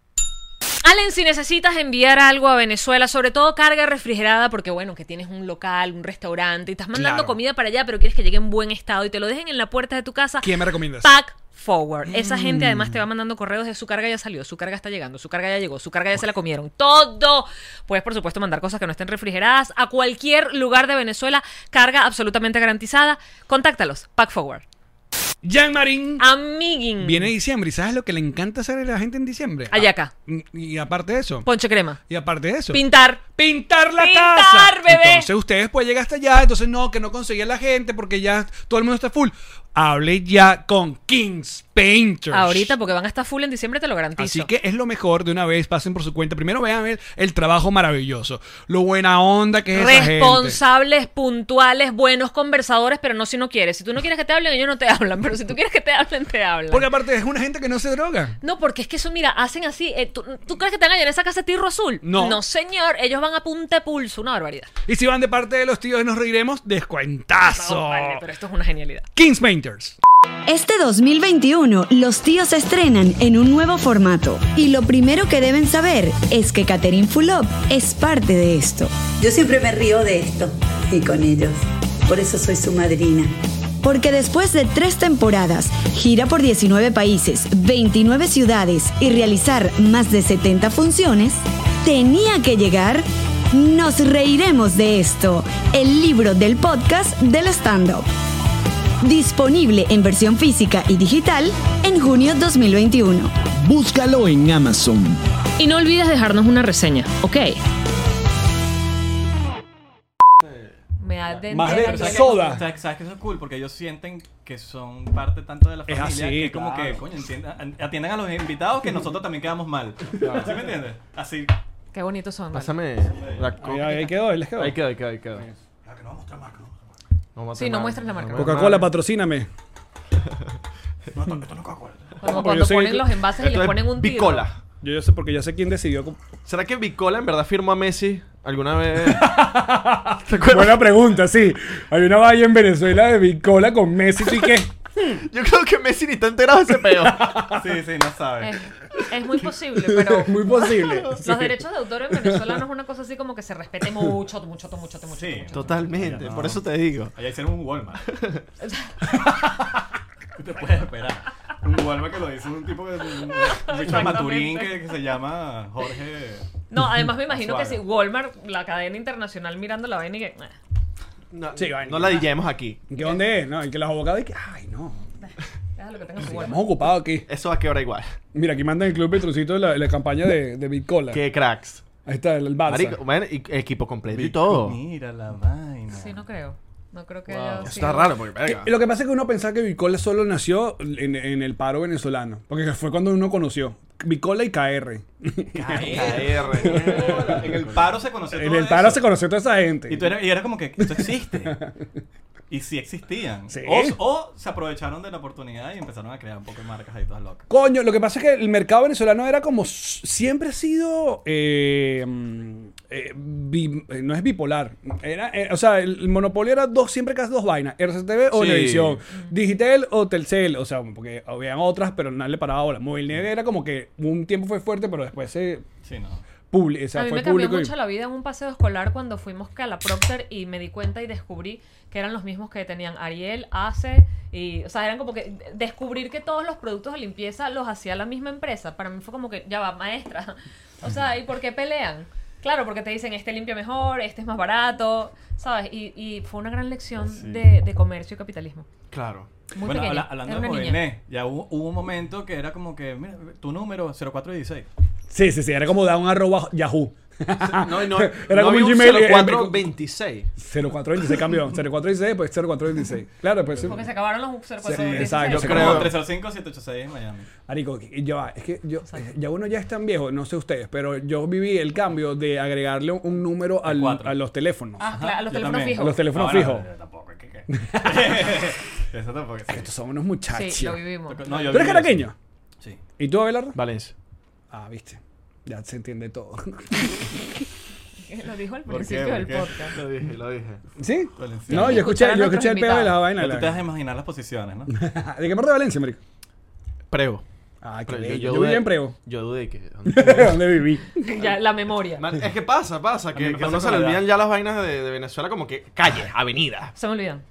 Allen, si necesitas enviar algo a Venezuela, sobre todo carga refrigerada, porque bueno, que tienes un local, un restaurante y estás mandando Claro. comida para allá, pero quieres que llegue en buen estado y te lo dejen en la puerta de tu casa. ¿Quién me recomiendas? Pack Forward. Esa gente además te va Mm. mandando correos de su carga ya salió, su carga está llegando, su carga ya llegó, su carga ya se la comieron. Todo. Puedes, por supuesto, mandar cosas que no estén refrigeradas a cualquier lugar de Venezuela. Carga absolutamente garantizada. Contáctalos. Pack Forward. Jan Marín Ah. Amiguin. viene diciembre y ¿sabes lo que le encanta hacer a la gente en diciembre? Ayaca. Ah, Y aparte de eso. Ponche crema. Y aparte de eso. Pintar. Pintar la Pintar, casa. bebé. Entonces ustedes pues llegan hasta allá, entonces no, que no conseguía la gente porque ya todo el mundo está full. Hable ya con Kings Painters. Ahorita, porque van a estar full en diciembre, te lo garantizo. Así que es lo mejor de una vez, pasen por su cuenta. Primero vean el, el trabajo maravilloso, lo buena onda que es esa gente. responsables, puntuales, buenos conversadores, pero no si no quieres. Si tú no quieres que te hablen, ellos no te *laughs* hablan, pero si tú quieres que te hablen, te hablan. Porque aparte es una gente que no se droga. No, porque es que eso, mira, hacen así. eh, ¿tú, tú crees que te van a llenar esa casa de tirro azul? No. No, señor. Ellos van a punta de pulso. Una barbaridad. Y si van de parte de los tíos de nos reiremos, descuentazo. No, vale, pero esto es una genialidad. Kings Painters. Este 2021, los tíos se estrenan en un nuevo formato. Y lo primero que deben saber es que Catherine Fulop es parte de esto. Yo siempre me río de esto y con ellos. Por eso soy su madrina. Porque después de tres temporadas, gira por 19 países, 29 ciudades y realizar más de 70 funciones, tenía que llegar Nos Reiremos de esto, el libro del podcast del stand-up. Disponible en versión física y digital en junio 2021. Búscalo en Amazon. Y no olvides dejarnos una reseña, ¿ok? Me da de, Más de- de- de- ¿sabes qué? soda. ¿Sabes, sabes que eso es cool? Porque ellos sienten que son parte tanto de la Es familia así, que como claro. que, coño, entiendan- atiendan a los invitados que nosotros también quedamos mal. ¿Sí me entiendes? Así. Qué bonitos son. ¿vale? Pásame la coca. Ahí quedó, les quedó. Ahí quedó, ahí quedó, ahí quedó. No Sí, no muestres la marca. Coca-Cola, patrocíname. Como porque cuando yo soy- ponen los envases y les ponen un tiro. Bicola. Yo, yo sé porque ya sé quién decidió. com- ¿Será que Bicola en verdad firmó a Messi alguna vez? ¿Te acuerdas? Buena pregunta, sí. Hay una valla en Venezuela de bicola con Messi y qué. Yo creo que Messi ni está enterado de ese peo. Sí, sí, no sabes. Es, es muy *laughs* posible, pero... Muy posible. Los derechos de autor en Venezuela no es una cosa así como que se respete mucho, mucho, mucho, mucho, mucho. Sí. Totalmente, No. por eso te digo. Allá hicieron un *laughs* Walmart. ¿Qué te puedes esperar? Un Walmart que lo hizo un tipo de. Un, un chamaturín que, que se llama Jorge. No, además me imagino que si Suave. Walmart, la cadena internacional mirando la vaina y que... "Ah, No, Sí, vaina. no la dillemos aquí. ¿Qué dónde es? No, el que los abogados y que, ay, no. Cada lo que tenga su Estamos bolsa. ocupados aquí. Eso va a quebrar *laughs* igual. Mira, aquí mandan el club Petroncito la, la campaña de, de Bitcola. Qué cracks. Ahí está, el, el Barça. Marico, bueno, y- equipo completo y todo. Mira la vaina. Sí, no creo. No creo que Wow. haya Eso sido- Está raro porque verga. Y Eh, Lo que pasa es que uno pensaba que Bicola solo nació en, en el paro venezolano, porque fue cuando uno conoció Bicola y KR. *laughs* KR. en el paro se conoció En todo el paro eso. se conoció toda esa gente. Y, tú eras- y era como que esto *laughs* existe. Y sí existían. Sí. O, o se aprovecharon de la oportunidad y empezaron a crear un poco de marcas ahí todas locas. Coño, lo que pasa es que el mercado venezolano era como s- siempre ha sido eh, mm, eh, bi- eh, no es bipolar. Era, eh, o sea, el, el monopolio era dos, siempre casi dos vainas, RCTV o Sí. televisión, Digitel o Telcel, o sea, porque habían otras, pero nadie le paraba bola. Movilnet era como que un tiempo fue fuerte, pero después se Sí, no. publi- o sea, a mí fue me cambió público y- mucho la vida en un paseo escolar cuando fuimos a la Procter y me di cuenta y descubrí que eran los mismos que tenían Ariel, Ace y, o sea, eran como que descubrir que todos los productos de limpieza los hacía la misma empresa. Para mí fue como que ya va, maestra. *laughs* O sea, ¿y por qué pelean? Claro, porque te dicen este limpia mejor, este es más barato, ¿sabes? Y, y fue una gran lección de, de comercio y capitalismo. Claro. Muy bueno, pequeña. habla- hablando Era de una niña. Movenet, ya hubo, hubo un momento que era como que, mira, tu número 0416. Sí, sí, sí, era como da un arroba yahoo. *laughs* No, y no, Era no como había un Gmail, eh, 0426. 0426 cambió, 0426, pues 0426. Claro, pues Porque se acabaron los 04 Sí, exacto. Yo Yo creo- creo 305-786 en Miami. Marico, ya va, es que yo, ya uno ya es tan viejo, no sé ustedes, pero yo viví el cambio de agregarle un número al- cuatro. a los teléfonos. Ah, claro, a los yo teléfonos también. a fijos. los teléfonos fijos. No, tampoco, ¿qué, qué? *laughs* Eso tampoco. sí. Estos son unos muchachos. Sí, lo vivimos. No, yo ¿Tú viví eres caraqueño? eso. Sí. ¿Y tú, Abelardo? Valencia. Ah, viste. Ya se entiende todo. *laughs* *laughs* Lo dijo al ¿Por qué? principio ¿Por del qué? *laughs* podcast. Lo dije, lo dije. ¿Sí? Valenciano. No, yo escuché, Escucharon yo escuché nuestros el pedo de la invitados. vaina. Ya tú te vas a la- imaginar las posiciones, ¿no? *laughs* ¿De qué parte de Valencia, marico? Prego. Ah, qué Pero bello. Yo, vivía en *laughs* Prego. *laughs* Yo dudé que. ¿Dónde viví? Ya, la memoria. Man, es que pasa, pasa, A mí que, me que a pasa uno se con le la edad. olvidan ya las vainas de, de Venezuela como que calles, avenidas. Se me olvidan.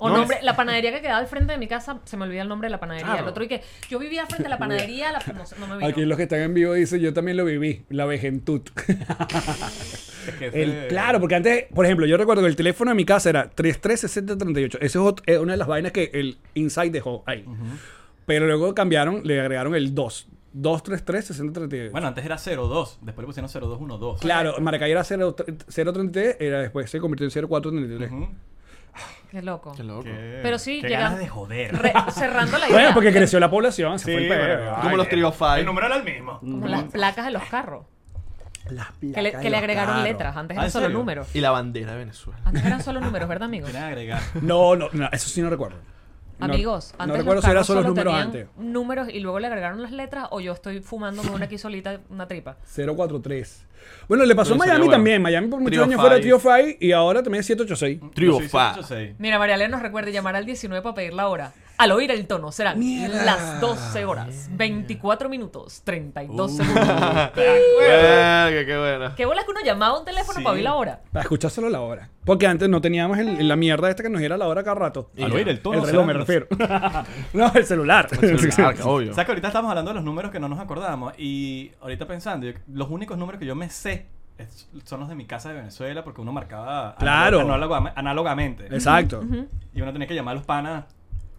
O No, nombre, la panadería que quedaba al frente de mi casa, se me olvida el nombre de la panadería. El otro y que yo vivía frente a la panadería, la- no, sé, no me vino. Aquí los que están en vivo dicen, yo también lo viví, la vejentud. Es que El- ese- claro, porque antes, por ejemplo, yo recuerdo que el teléfono de mi casa era 336038. Esa es ot- es una de las vainas que el Insight dejó ahí. Pero luego cambiaron, le agregaron el 2. 2336038. Bueno, antes era 02, después le pusieron 0212. claro, Maracay era 0 033, era después se convirtió en 0433. Ujú. Qué loco. Qué loco. Pero sí, Qué llegaba- ganas de joder. *laughs* re- cerrando la idea. *laughs* Bueno, porque creció la población, se fue el pedo. bueno, Ay, Como los Trio Five. El número era el mismo. Como las placas de los carros. Que le, que le agregaron letras. Antes Ah, eran ¿en solo serio? números. Y la bandera de Venezuela. Antes eran solo números, ¿verdad, amigos? Tiene que *laughs* agregar. No, no, no, eso sí no recuerdo. No- Amigos, no, antes recuerdo los si eran carros solo los solo números tenían antes. números y luego le agregaron las letras o yo estoy fumándome una aquí solita, una tripa. 043. Bueno, le pasó a Pero sería Miami bueno. también. Miami por muchos Trio años fuera Five. Trio Five y ahora también es 786. Trio Yo soy Five. 786. Mira, María Elena nos recuerde llamar al 19 para pedir la hora. Al oír el tono serán las 12 horas, 24 minutos, Uh. 32 *laughs* *laughs* segundos. Verga, qué bueno. ¿Qué bolas que uno llamaba a un teléfono Sí. para oír la hora? Para escuchar solo la hora. Porque antes no teníamos el- la mierda esta que nos diera la hora cada rato. Al oír el tono, El reloj serán me las- *laughs* refiero. *laughs* no, el celular. Ah, Arca, obvio. ¿Sabes que ahorita estamos hablando de los números que no nos acordábamos? Y ahorita pensando, yo- los únicos números que yo me sé es- son los de mi casa de Venezuela porque uno marcaba análogo- Claro. análoga- análogamente. Exacto. Y uno tenía que llamar a los panas,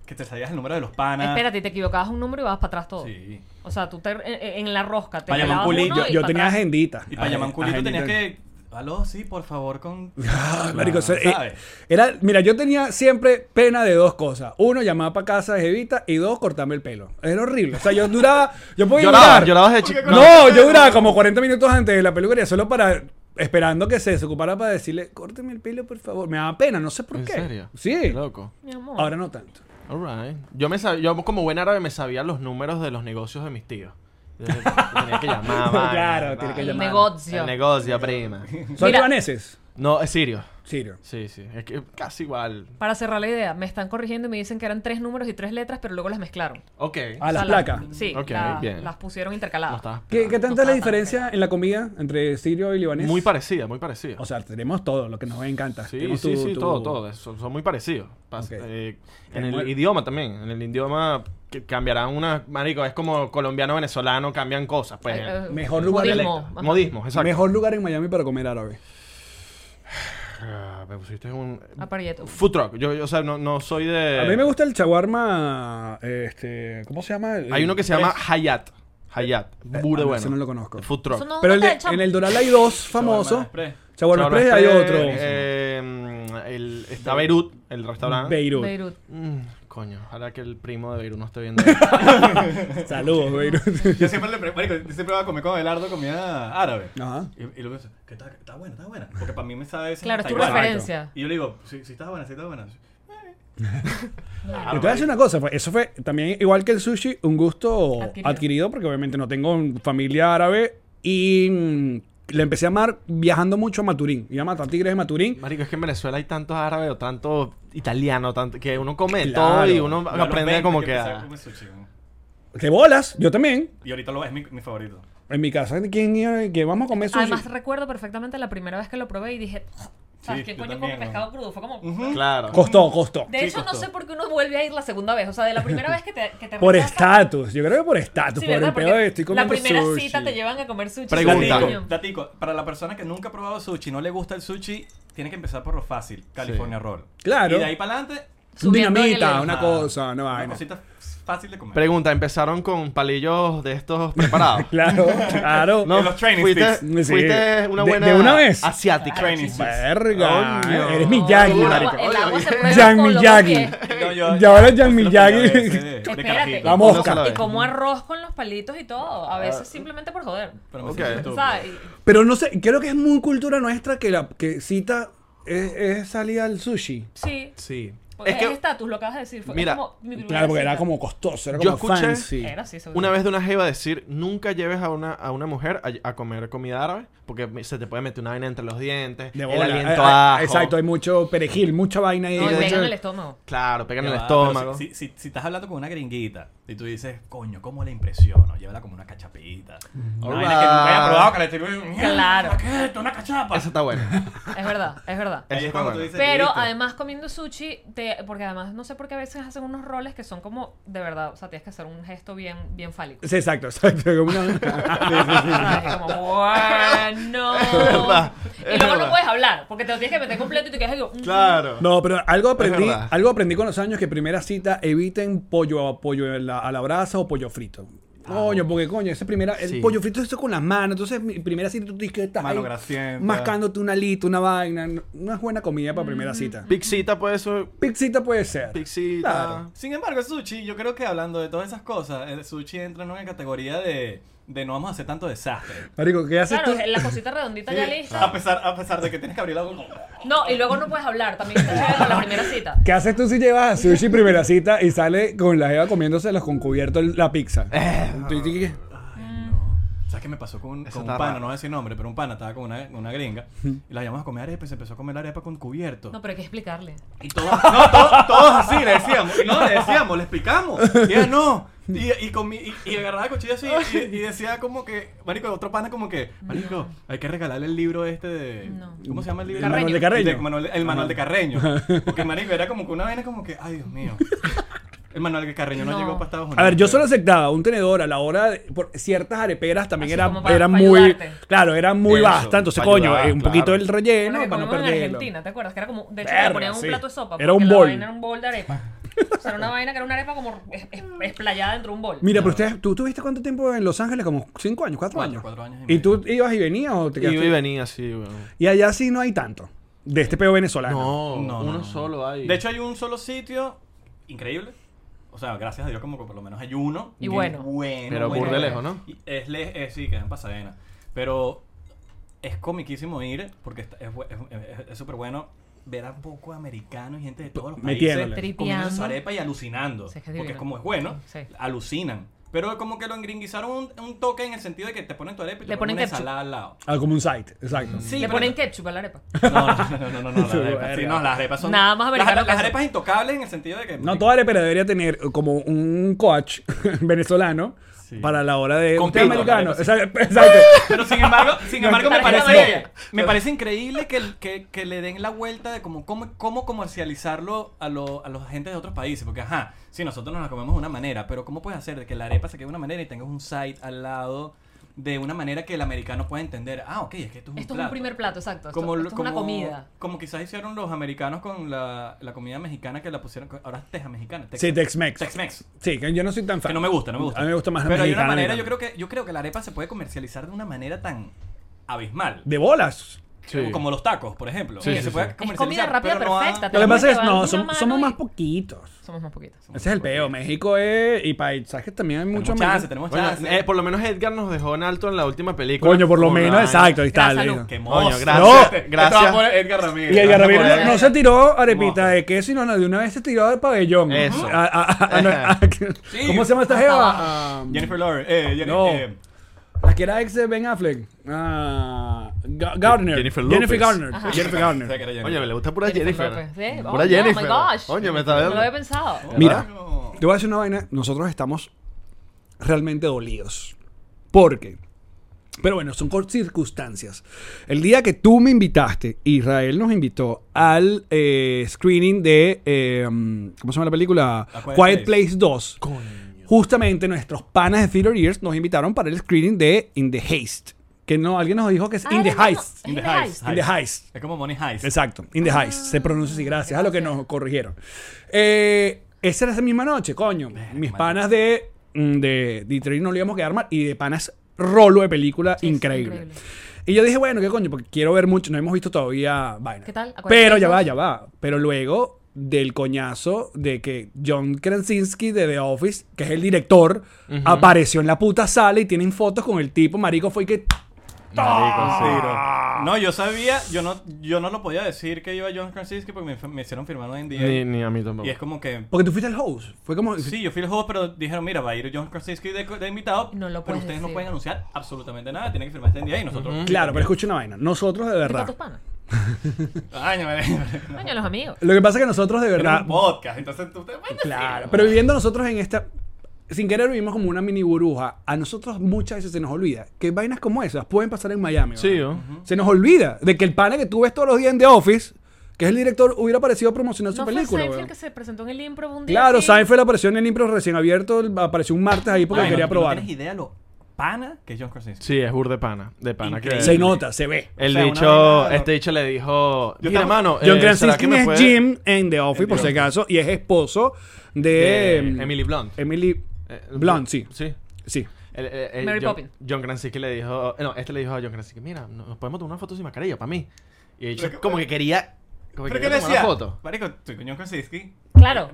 que te sabías el número de los panas. Espérate, y te equivocabas un número y vas para atrás todo. Sí. O sea, tú te, en, en la rosca te Para llamar pelabas un uno culillo. y Yo pa' tenía atrás. agendita. Y para llamar un culito Agendita. tenías que... Aló, sí, por favor, con... Ah, *laughs* marico, eso- eh, ¿Sabes? era, mira, yo tenía siempre pena de dos cosas. Uno, llamaba para casa de Jevita y dos, cortarme el pelo. Era horrible. O sea, yo duraba, yo podía Llorabas, durar- llorabas de chico. No, yo duraba como 40 minutos antes de la peluquería solo para esperando que se desocupara para decirle, córteme el pelo, por favor. Me daba pena, no sé por ¿En qué. serio? Sí. Qué loco. Mi amor. Ahora no tanto. Alright. Yo me sab- yo como buen árabe me sabía los números de los negocios de mis tíos. Entonces, *laughs* tenía que llamar. vaina, Claro, tiene que vaina. el llamar. negocio. El negocio, prima. ¿Son Mira. libaneses? No, es sirio. Sirio. Sí, sí. Es que casi igual. Para cerrar la idea, me están corrigiendo y me dicen que eran tres números y tres letras, pero luego las mezclaron. Ok. A O sea, las placas. Sí, Ok, la- bien. las pusieron No intercaladas. está. Ah, ¿Qué, qué tanta es No la está diferencia en la comida entre sirio y libanés? Muy parecida, muy parecida. O sea, tenemos todo lo que nos encanta. Sí, Tenemos sí, tu- sí, tu- todo, todo. Son, son muy parecidos. Pas- Ok. eh, en Es el muy- idioma también. En el idioma que cambiarán una. Marico, es como colombiano-venezolano, cambian cosas. Pues, Ay, eh, Mejor lugar modismo. dialecto. Ajá. modismos, exacto. Mejor lugar en Miami para comer árabe. ah, me pusiste un... Aparieto. Food truck. Yo, yo, o sea, no, no soy de... A mí me gusta el chaguarma. Este, ¿Cómo se llama? El- Hay uno que se llama Hayat. Hayat. Burda ah, bueno. ese no lo conozco. Food truck. Eso no Pero el trata de- de en el Doral hay dos famosos. Express. Chaguarma Shawarma Express hay otro. Express, eh, el- está Beirut, el restaurante. Beirut. Beirut. Mm, coño, ojalá que el primo de Beirut no esté viendo. *laughs* Saludos, Beirut. *laughs* Yo siempre le pre- marico, yo siempre voy a comer con Abelardo comida árabe. Ah, Ajá. Y, y luego dice, que está, que está buena, está buena. Porque para mí me sabe ese Claro, es tu Taiwán. referencia. Y yo le digo, sí, sí está buena, sí está buena. Y te voy a decir una cosa, fue- eso fue también igual que el sushi, un gusto adquirido, Adquirido. porque obviamente no tengo familia árabe y mm, le empecé a amar viajando mucho a Maturín. Iba a matar tigres de Maturín. Marico, es que en Venezuela hay tantos árabes o tantos italianos, tanto, que uno come de Claro. todo y uno Yo a los aprende 20 como que que ah. empecé a a- comer sushi, ¿no? Te bolas, yo también. Y ahorita lo ves, es mi, mi favorito. En mi casa, ¿quién iba- que vamos a comer sushi? Además, recuerdo perfectamente la primera vez que lo probé y dije, ¿sabes Sí, qué yo coño también, come ¿no? pescado crudo? Fue Mm, como. Claro. costó, costó. mm, De hecho, no costó. sé por qué uno vuelve a ir la segunda vez. O sea, de la primera vez que te. Que te Por rechazan- estatus, yo creo que por estatus, Sí, por ¿verdad? el pedo Porque de estoy la comiendo primera sushi. cita te llevan a comer sushi. Pregunta. coño. Datico, datico, para la persona que nunca ha probado sushi, no le gusta el sushi, tiene que empezar por lo fácil, California Roll. Claro. Y de ahí para adelante, Un Subiendo en el- Dinamita, una Ah, cosa, una una vaina. cosita fácil de comer. Pregunta, ¿empezaron con palillos de estos preparados? Claro, claro. No. De los training fuiste, sticks. Sí. fuiste una De- buena de una vez. asiática. Training sticks. Verga, eh, Coño. eres mi Yagi, El Hola. marico. agua- el agua se prueba Jan Oh, con los Miyagi. pies. No, yo- Y ahora Jan yo- Miyagi. yo- de- de Espérate. carajito. La mosca. Una sola Y vez. Ah. como arroz con los palitos y todo. A veces simplemente por joder. Pero me Ok. siento estúpido. ¿Sabes? Y- Pero no sé, creo que es muy cultura nuestra que la que cita es, es salir al sushi. Sí. Sí. Porque Es es que estatus, lo acabas de decir. Fue Mira, como mi primera Claro, porque era cita. como costoso, era Yo como escuché- fancy. Era así, seguro. una vez de una jeva decir, nunca lleves a una, a una mujer a, a comer comida árabe porque se te puede meter una vaina entre los dientes, De el bola. aliento Ah, a ah, ajo. Exacto, hay mucho perejil, mucha vaina ahí. No, y de pega hecho- en el estómago. Claro, pega en el Ya va, pero estómago. Si, si- si- si estás hablando con una gringuita y tú dices, coño, ¿cómo le impresiono? Llévala como una cachapita. Una Alright. vaina que nunca haya probado, que le estoy Claro. ¿Qué es esto? Una cachapa. Eso está bueno. Es verdad, es *laughs* verdad. Ahí es está cuando tú bueno. dices, Pero "Listo". además comiendo sushi, te- porque además no sé por qué a veces hacen unos roles que son como, de verdad, o sea, tienes que hacer un gesto bien, bien fálico. *laughs* Sí, exacto, exacto. como *laughs* una- Ay, como, bueno. *laughs* verdad, Y es luego no verdad. puedes hablar, porque te lo tienes que meter completo y tú quedas ahí como, mm. Claro. No, pero algo aprendí, verdad. algo aprendí con los años que primera cita eviten pollo a pollo en la- a la brasa o pollo frito. Coño, porque coño, ese primera, el Ah, Sí. pollo frito es con las manos. Entonces, mi primera cita tú tienes que estar Mano ahí grasienta. mascándote una lita, una vaina. No no es buena comida para primera cita. Pixita puede ser. Pixita puede ser. Pixita. Claro. Sin embargo, el sushi, yo creo que hablando de todas esas cosas, el sushi entra en una categoría de, de no vamos a hacer tanto desastre. Marico, ¿qué haces Claro, tú? la cosita redondita ya lista. A pesar, a pesar de que tienes que abrir la boca. No, y luego no puedes hablar, también está chévere con la primera cita. Ah. ¿Qué haces tú si llevas a sushi primera cita y sale con la Eva comiéndoselos con cubierto el- la pizza? Eh, Tú dices, Ah. ¿Sabes qué me pasó con, Eso con un está pana? raro. No voy a decir nombre, pero un pana estaba con una, una gringa y la llamamos a comer arepa y se empezó a comer arepa con cubierto. No, pero hay que explicarle. Y todos, no, todos, todos así le decíamos. Y no, le decíamos, le explicamos. Y ella no. Y, y, con mi- y, y agarraba el cuchillo así y, y decía como que, marico, otro pana como que, marico, hay que regalarle el libro este de... No. ¿Cómo se llama el libro? El manual de Carreño. El, de manual- el manual de Carreño. Porque, marico, era como que una vaina como que, ay, Dios mío. El manual de Carreño no, No. llegó para Estados Unidos. A ver, yo solo aceptaba un tenedor a la hora de, por ciertas areperas también Así era, como pa- era pa muy ayudarte. claro, era muy Eso, basta, entonces pa coño, ayudar, eh, un claro. poquito el relleno Bueno, que para no comimos en perderlo. Argentina, ¿te acuerdas? Que era como, de hecho, Verga, le ponían un sí. plato de sopa. Era un porque la bol. vaina era un bol de *laughs* arepa. O sea, era una vaina que era una arepa como es- es- esplayada dentro de un bol. Mira, pero ustedes, ¿tú tuviste cuánto tiempo en Los Ángeles? Como cinco años, cuatro Cuatro, años. cuatro años y y, tú ibas y venías o te Iba quedaste? y venía así, weón. Y allá sí no hay tanto de este peo venezolano. No, No, no, uno no. solo hay. De hecho, hay un solo sitio increíble. O sea, gracias a Dios, como que por lo menos hay uno. Y que bueno. es bueno Pero bueno. burda lejos, ¿no? Y Es le- eh, sí, que es en Pasadena. Pero es comiquísimo ir porque está- es bu- es- es- es súper bueno ver a un poco americano y gente de todos los Metiéndole. países comiendo su Tripeando. arepa y alucinando. Sí, es que es porque es divino. como es bueno, Sí. alucinan. Pero como que lo engringuizaron un, un toque en el sentido de que te ponen tu arepa y te Le ponen ponen una ketchup. ensalada al lado. Ah, como un site, exacto. Sí, Le pero- ponen ketchup a la arepa. No, no, no, no, no, *laughs* no, las arepas, sí, no, las arepas son... Nada más americano Las, que las eso. arepas intocables en el sentido de que... No, toda arepera debería tener como un coach *laughs* venezolano para la hora de... Con Usted pito, americano. arepa, sí. Exacto. exacto. Pero sin embargo, sin embargo me Para que no parece, vaya. me parece increíble que, el- que, que le den la vuelta de cómo, cómo, cómo comercializarlo a, lo- a los agentes de otros países. Porque, ajá, si nosotros nos la comemos de una manera, pero ¿cómo puedes hacer de que la arepa se quede de una manera y tengas un site al lado de una manera que el americano pueda entender. Ah, ok, es que esto es un Esto es un plato. primer plato, exacto. Esto, Como, esto lo- es como, una comida. Como quizás hicieron los americanos con la, la comida mexicana que la pusieron. con- Ahora es teja mexicana. Sí, Tex-Mex. Tex-Mex. Sí, que yo no soy tan fan. Que no me gusta, no me gusta. A mí me gusta más la Pero hay una mexicana, manera, yo mexicana. creo, que, yo creo que la arepa se puede comercializar de una manera tan abismal. De bolas. Sí. Como los tacos, por ejemplo. Sí, que sí, se sí. puede Es Es comercializar. comida rápida pero no ha- perfecta. te Lo que la pasa es, llevan no, de una som- mano somos y- más poquitos. Somos más poquitos. Ese es el peo. México es. Y paisajes también hay mucho Tenemos más. chance, tenemos Bueno, chance. eh, por lo menos Edgar nos dejó en alto en la última película. Coño, por lo Con menos, Ryan. exacto, ahí está. Gracias, le digo. Luke. Qué Coño, mozo. gracias. Te No. voy a Gracias. poner Edgar Ramírez. Y el Garramiro Vamos a no, poner- no se tiró arepita Vamos. de queso, sino de una vez se tiró del pabellón. Eso. A- a- a- *laughs* a- a- Sí. ¿Cómo se llama esta jeva? Jennifer Lawrence. Eh, Jennifer, No. eh, La que era ex de Ben Affleck. Ah, Ga- Gardner. Jennifer López. Gardner. Jennifer o sea, que Gardner. era Jennifer. Oye, me le gusta pura Jennifer. López, sí. Oh, Pura no, Jennifer. my gosh. Oye, me No lo había está pensado. Mira, No. te voy a decir una vaina. Nosotros estamos realmente dolidos. ¿Por qué? Pero bueno, son cor- circunstancias. El día que tú me invitaste, Israel nos invitó al eh, screening de. eh, ¿Cómo se llama la película? A Quiet, Quiet Place. Place. 2. Justamente nuestros panas de Theater Years nos invitaron para el screening de In the Heist. Que no, alguien nos dijo que es Ah, In the era como- Heist. In the Heist. In the Heist. Es como Money Heist. Exacto, In the Heist. Se pronuncia así, gracias a lo que nos corrigieron. Eh, esa era esa misma noche, coño. Mis panas de, mm, de Detroit no le íbamos a quedar mal y de panas rolo de película Sí, es increíble. increíble. Y yo dije, bueno, ¿qué coño? Porque quiero ver mucho, no hemos visto todavía vaina. ¿Qué tal? ¿A cuál Pero ya piensas? va, ya va. Pero luego del coñazo de que John Krasinski de The Office, que es el director, apareció en la puta sala y tienen fotos con el tipo, marico, fue que... No, yo sabía, yo no, yo no lo podía decir que iba John Krasinski porque me, me hicieron firmar un NDA. Ni, ni a mí tampoco. y es como que. Porque tú fuiste el host. Fue como... Sí, yo fui el host, pero dijeron, mira, va a ir John Krasinski de, de invitado. No lo pero puedes ustedes no decir. pueden anunciar absolutamente nada, tienen que firmar este NDA y nosotros. Claro, pero escucha una vaina. Nosotros de Rico a verdad... tus panas. Ay, no, vale. Tenemos Coño, los amigos. Lo que pasa es que nosotros de verdad. un podcast, entonces tú te bueno, Claro. Pero viviendo nosotros en esta. Sin querer vivimos como una mini burbuja. A nosotros muchas veces se nos olvida que vainas como esas pueden pasar en Miami. Sí, ¿verdad? ¿no? Se nos olvida de que el pana que tú ves todos los días en The Office, que es el director, hubiera aparecido a promocionar su ¿No fue película. Seinfeld weón. que se presentó en el improv un día? Claro, así? Seinfeld apareció en el impro recién abierto, el- apareció un martes ahí porque Ay, no, quería tú probar. No tienes idea lo pana que es John Krasinski. Sí, es burde pana. De pana que. Increíble. Se nota, se ve. O El sea, una dicho, vaina- este dicho le dijo. Mira, tam- mano. John eh, ¿será que Krasinski me es puede- Jim en The Office, por si acaso, y es esposo de, de em, Eh, Emily Blunt. Emily Eh, Blunt, sí. Sí. Sí. El- el- el Mary John, Poppins. John Krasinski le dijo. eh, No, este le dijo a John Krasinski: Mira, no- nos podemos tomar una foto sin mascarilla para mí. Y el dicho, como que quería. Como ¿Pero que qué quería tomar la decía? foto. Marico, estoy con John Krasinski. Claro.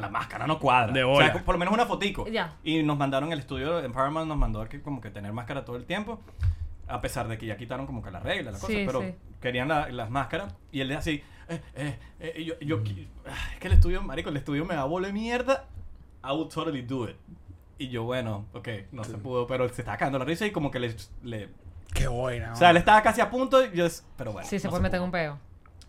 La máscara no cuadra. De o sea, bola. por lo menos una fotico. Ya. Y nos mandaron el estudio en Paramount, nos mandó que como que tener máscara todo el tiempo. A pesar de que ya quitaron como que la regla, la cosa. Sí, pero sí. querían la- las máscaras. Y él así, eh, eh, eh, y yo, yo qui- ah, es que el estudio, marico, el estudio me da bola de mierda. I would totally do it. Y yo, bueno, ok, no se pudo, pero se estaba cagando la risa y como que le... le- Qué buena. o sea, él estaba casi a punto, y yo, pero bueno. Sí, se no puede meter pudo. un peo.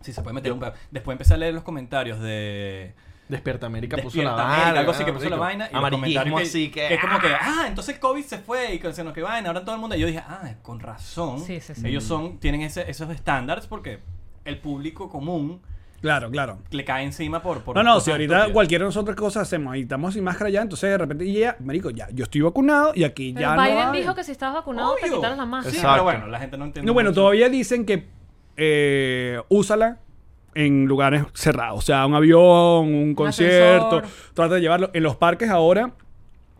Sí, se puede meter un... pa- Después empecé a leer los comentarios de... Despierta América puso la Despierta vaina. América, algo así que puso marico. la vaina. y los Amarillismo comentarios que- así que. Que es como que, ah, entonces COVID se fue y que se nos que vaina. Ahora todo el mundo. Y yo dije, ah, con razón. Sí, sí, sí. Ellos son, tienen ese- esos estándares porque el público común Claro, claro. le cae encima por. por No, no, cosas si ahorita estúpidas. cualquiera de nosotras cosas hacemos y estamos sin máscara ya, entonces de repente, y ya, marico, ya, yo estoy vacunado y aquí Pero ya Biden no hay- dijo que si estabas vacunado te Obvio. quitaron la máscara. Sí, Exacto. pero bueno, la gente no entiende. No, bueno, mucho. todavía dicen que eh, úsala en lugares cerrados, o sea, un avión, un concierto, ascensor. trata de llevarlo. En los parques ahora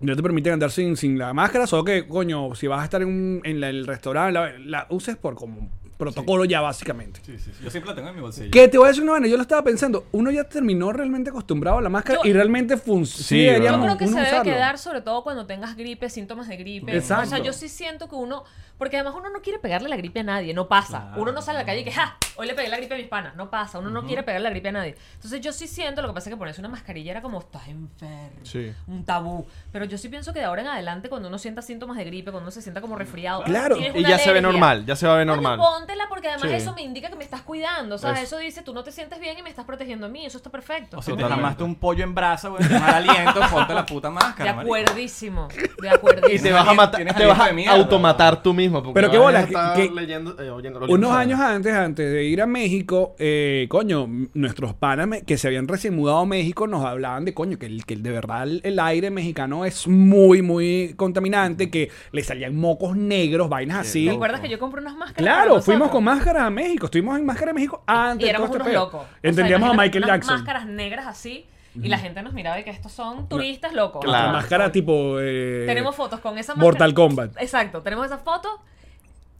no te permiten andar sin, sin la máscara, solo que, coño, si vas a estar en, un- en la- el restaurante, la, la uses por como protocolo ya básicamente. Sí, sí, sí. Yo siempre la tengo en mi bolsillo. Que te voy a decir una vaina, yo lo estaba pensando, uno ya terminó realmente acostumbrado a la máscara Yo- y realmente funciona. Sí, ¿verdad? Yo Digamos, creo que se debe quedar sobre todo cuando tengas gripe, síntomas de gripe. Exacto. O sea, yo sí siento que uno, porque además uno no quiere pegarle la gripe a nadie, no pasa. Claro. Uno no sale a la calle y que, ¡ja! Hoy le pegué la gripe a mis panas, no pasa. Uno no quiere pegarle la gripe a nadie. Entonces yo sí siento, lo que pasa es que ponerse una mascarilla era como, estás enfermo, Sí. un tabú. Pero yo sí pienso que de ahora en adelante, cuando uno sienta síntomas de gripe, cuando uno se sienta como resfriado, Claro. tienes Y una ya se ve alergia, normal, ya se va a ver Coño, normal. póntela porque además Sí. eso me indica que me estás cuidando. O sea, Eso. eso. dice, tú no te sientes bien y me estás protegiendo a mí. Eso está perfecto. O si te Totalmente. jamaste un pollo en brasa, güey, de mal aliento, *laughs* ponte la puta De máscara. marico. acuerdísimo. De acuerdísimo. *laughs* Y te vas a matar, Tienes te vas aliento de a mierda. automatar tú mismo. porque Pero qué Vargas bolas, está que- que leyendo, eh, oyendo- Unos oyendo- años antes, antes de ir a México, eh, coño, m- nuestros panas me- que se habían recién mudado a México nos hablaban de coño, que, el, que el- de verdad el, el aire mexicano es muy, muy contaminante, que le salían mocos negros, vainas así. ¿Te acuerdas que yo compré unas máscaras? para Claro, nosotros? fuimos con máscaras a México, estuvimos en máscara de México antes Y de éramos todo unos este pedo. locos. O sea, Entendíamos a imagínate Michael unas Jackson. máscaras negras así. Y la gente nos miraba y que estos son turistas locos. Nuestra Claro. máscara tipo. eh, Tenemos fotos con esa máscara. Mortal Kombat. Exacto, tenemos esa foto,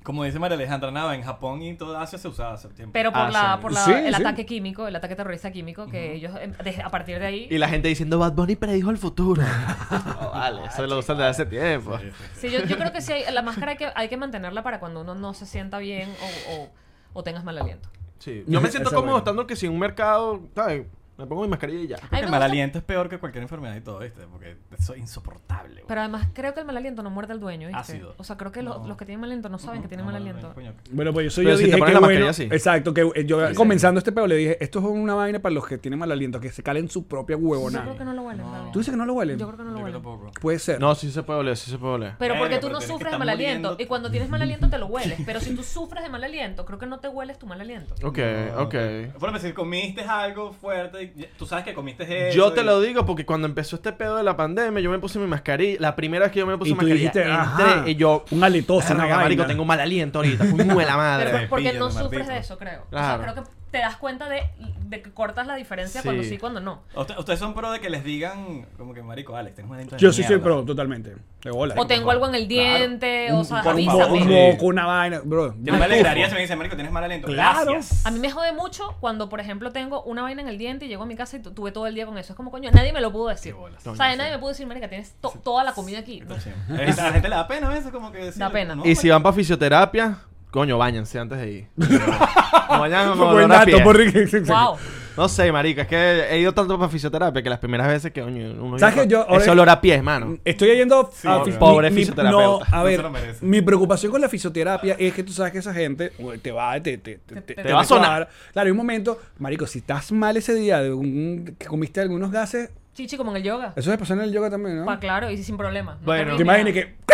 Como dice María Alejandra Nava, en Japón y en toda Asia se usaba hace tiempo. pero por, Ah, la, sí. por la- Sí, el sí. ataque químico, el ataque terrorista químico, que ellos, em, de- a partir de ahí... Y la gente diciendo Bad Bunny predijo *laughs* el futuro. No, vale, eso lo usan desde hace tiempo. Sí, yo, yo creo que sí, hay- la máscara hay que, hay que mantenerla para cuando uno no se sienta bien o, o- o tengas mal aliento. *laughs* Sí. Yo me siento Eso cómodo bueno. estando que si un mercado, ¿sabes? Me pongo mi mascarilla y ya. A mí Porque me el mal gusta- aliento es peor que cualquier enfermedad y todo, ¿viste? Porque eso es insoportable. güey. Pero además creo que el mal aliento no muerde al dueño, ¿viste? Ácido. O sea, creo que lo- No. los que tienen mal aliento no saben que tienen No, mal no, no, aliento. coño. Bueno, pues eso Pero yo si te dije pones que la bueno, mascarilla, sí. exacto, que eh, yo comenzando este pedo le dije, esto es una vaina para los que tienen mal aliento, que se calen su propia Yo huevonada. creo que no lo huelen, David. ¿Tú dices que no lo huelen? Yo creo que no lo Yo huelen. tampoco. Eh, Puede ser. No, sí se puede oler, sí se puede oler. Pero porque Verga, tú pero no tienes que sufres de estar mal aliento. muriéndote. Y cuando tienes mal aliento te lo hueles. Pero si tú sufres de mal aliento, creo que no te hueles tu mal aliento. Ok, ok. Bueno, pero si comiste algo fuerte, y- tú sabes que comiste eso. Yo te y- lo digo porque cuando empezó este pedo de la pandemia, yo me puse mi mascarilla. La primera vez que yo me puse y tú mascarilla, dijiste, entré ajá, y yo. un aletoso, una "Verga, marico, vaina". tengo mal aliento ahorita. *laughs* Puño de la Pero madre. por- porque píllalo, no sufres maldito. de eso, creo. O sea, Claro. creo que te das cuenta de, de que cortas la diferencia Sí. cuando sí, cuando no. Usted- ustedes son pro de que les digan, como que, marico, Alex, tenés un aliento de Yo sí soy mierda". pro, totalmente. De bola. O tengo algo en el diente, o sea, un, avísame. mo- un Sí. moco, una vaina, bro. Yo no me alegraría si me dicen, marico, tienes mal aliento. Claro. *laughs* Gracias. A mí me jode mucho cuando, por ejemplo, tengo una vaina en el diente y llego a mi casa y tu- tuve todo el día con eso. Es como, coño, nadie me lo pudo decir. O sea, nadie me pudo decir, marica, tienes to- toda la comida aquí. No. Sí. Eh, A la gente le da pena a veces, como que decirle, pena. "No, pues Y si marico". van para fisioterapia, coño, bañanse antes de *laughs* ir. No vayan con Buen olor a dato, pie. porque- Wow. No sé, marica, es que he ido tanto para fisioterapia que las primeras veces que coño, uno ¿Sabes que yo ahora- Mm, Ese olor a pies, mano. Estoy yendo a obvio. Pobre mi- mi- fisioterapeuta. No, a No ver, se lo merece. mi preocupación con la fisioterapia es que tú sabes que esa gente güey, te va, te, te, te, te- te va a sonar. cuadra. Claro, hay un momento, marico, si estás mal ese día de un- que comiste algunos gases, Chichi, como en el yoga. eso les pasó en el yoga también, ¿no? Pa, claro, y sin problema. No Bueno. te Te ríes ni imaginas nada. que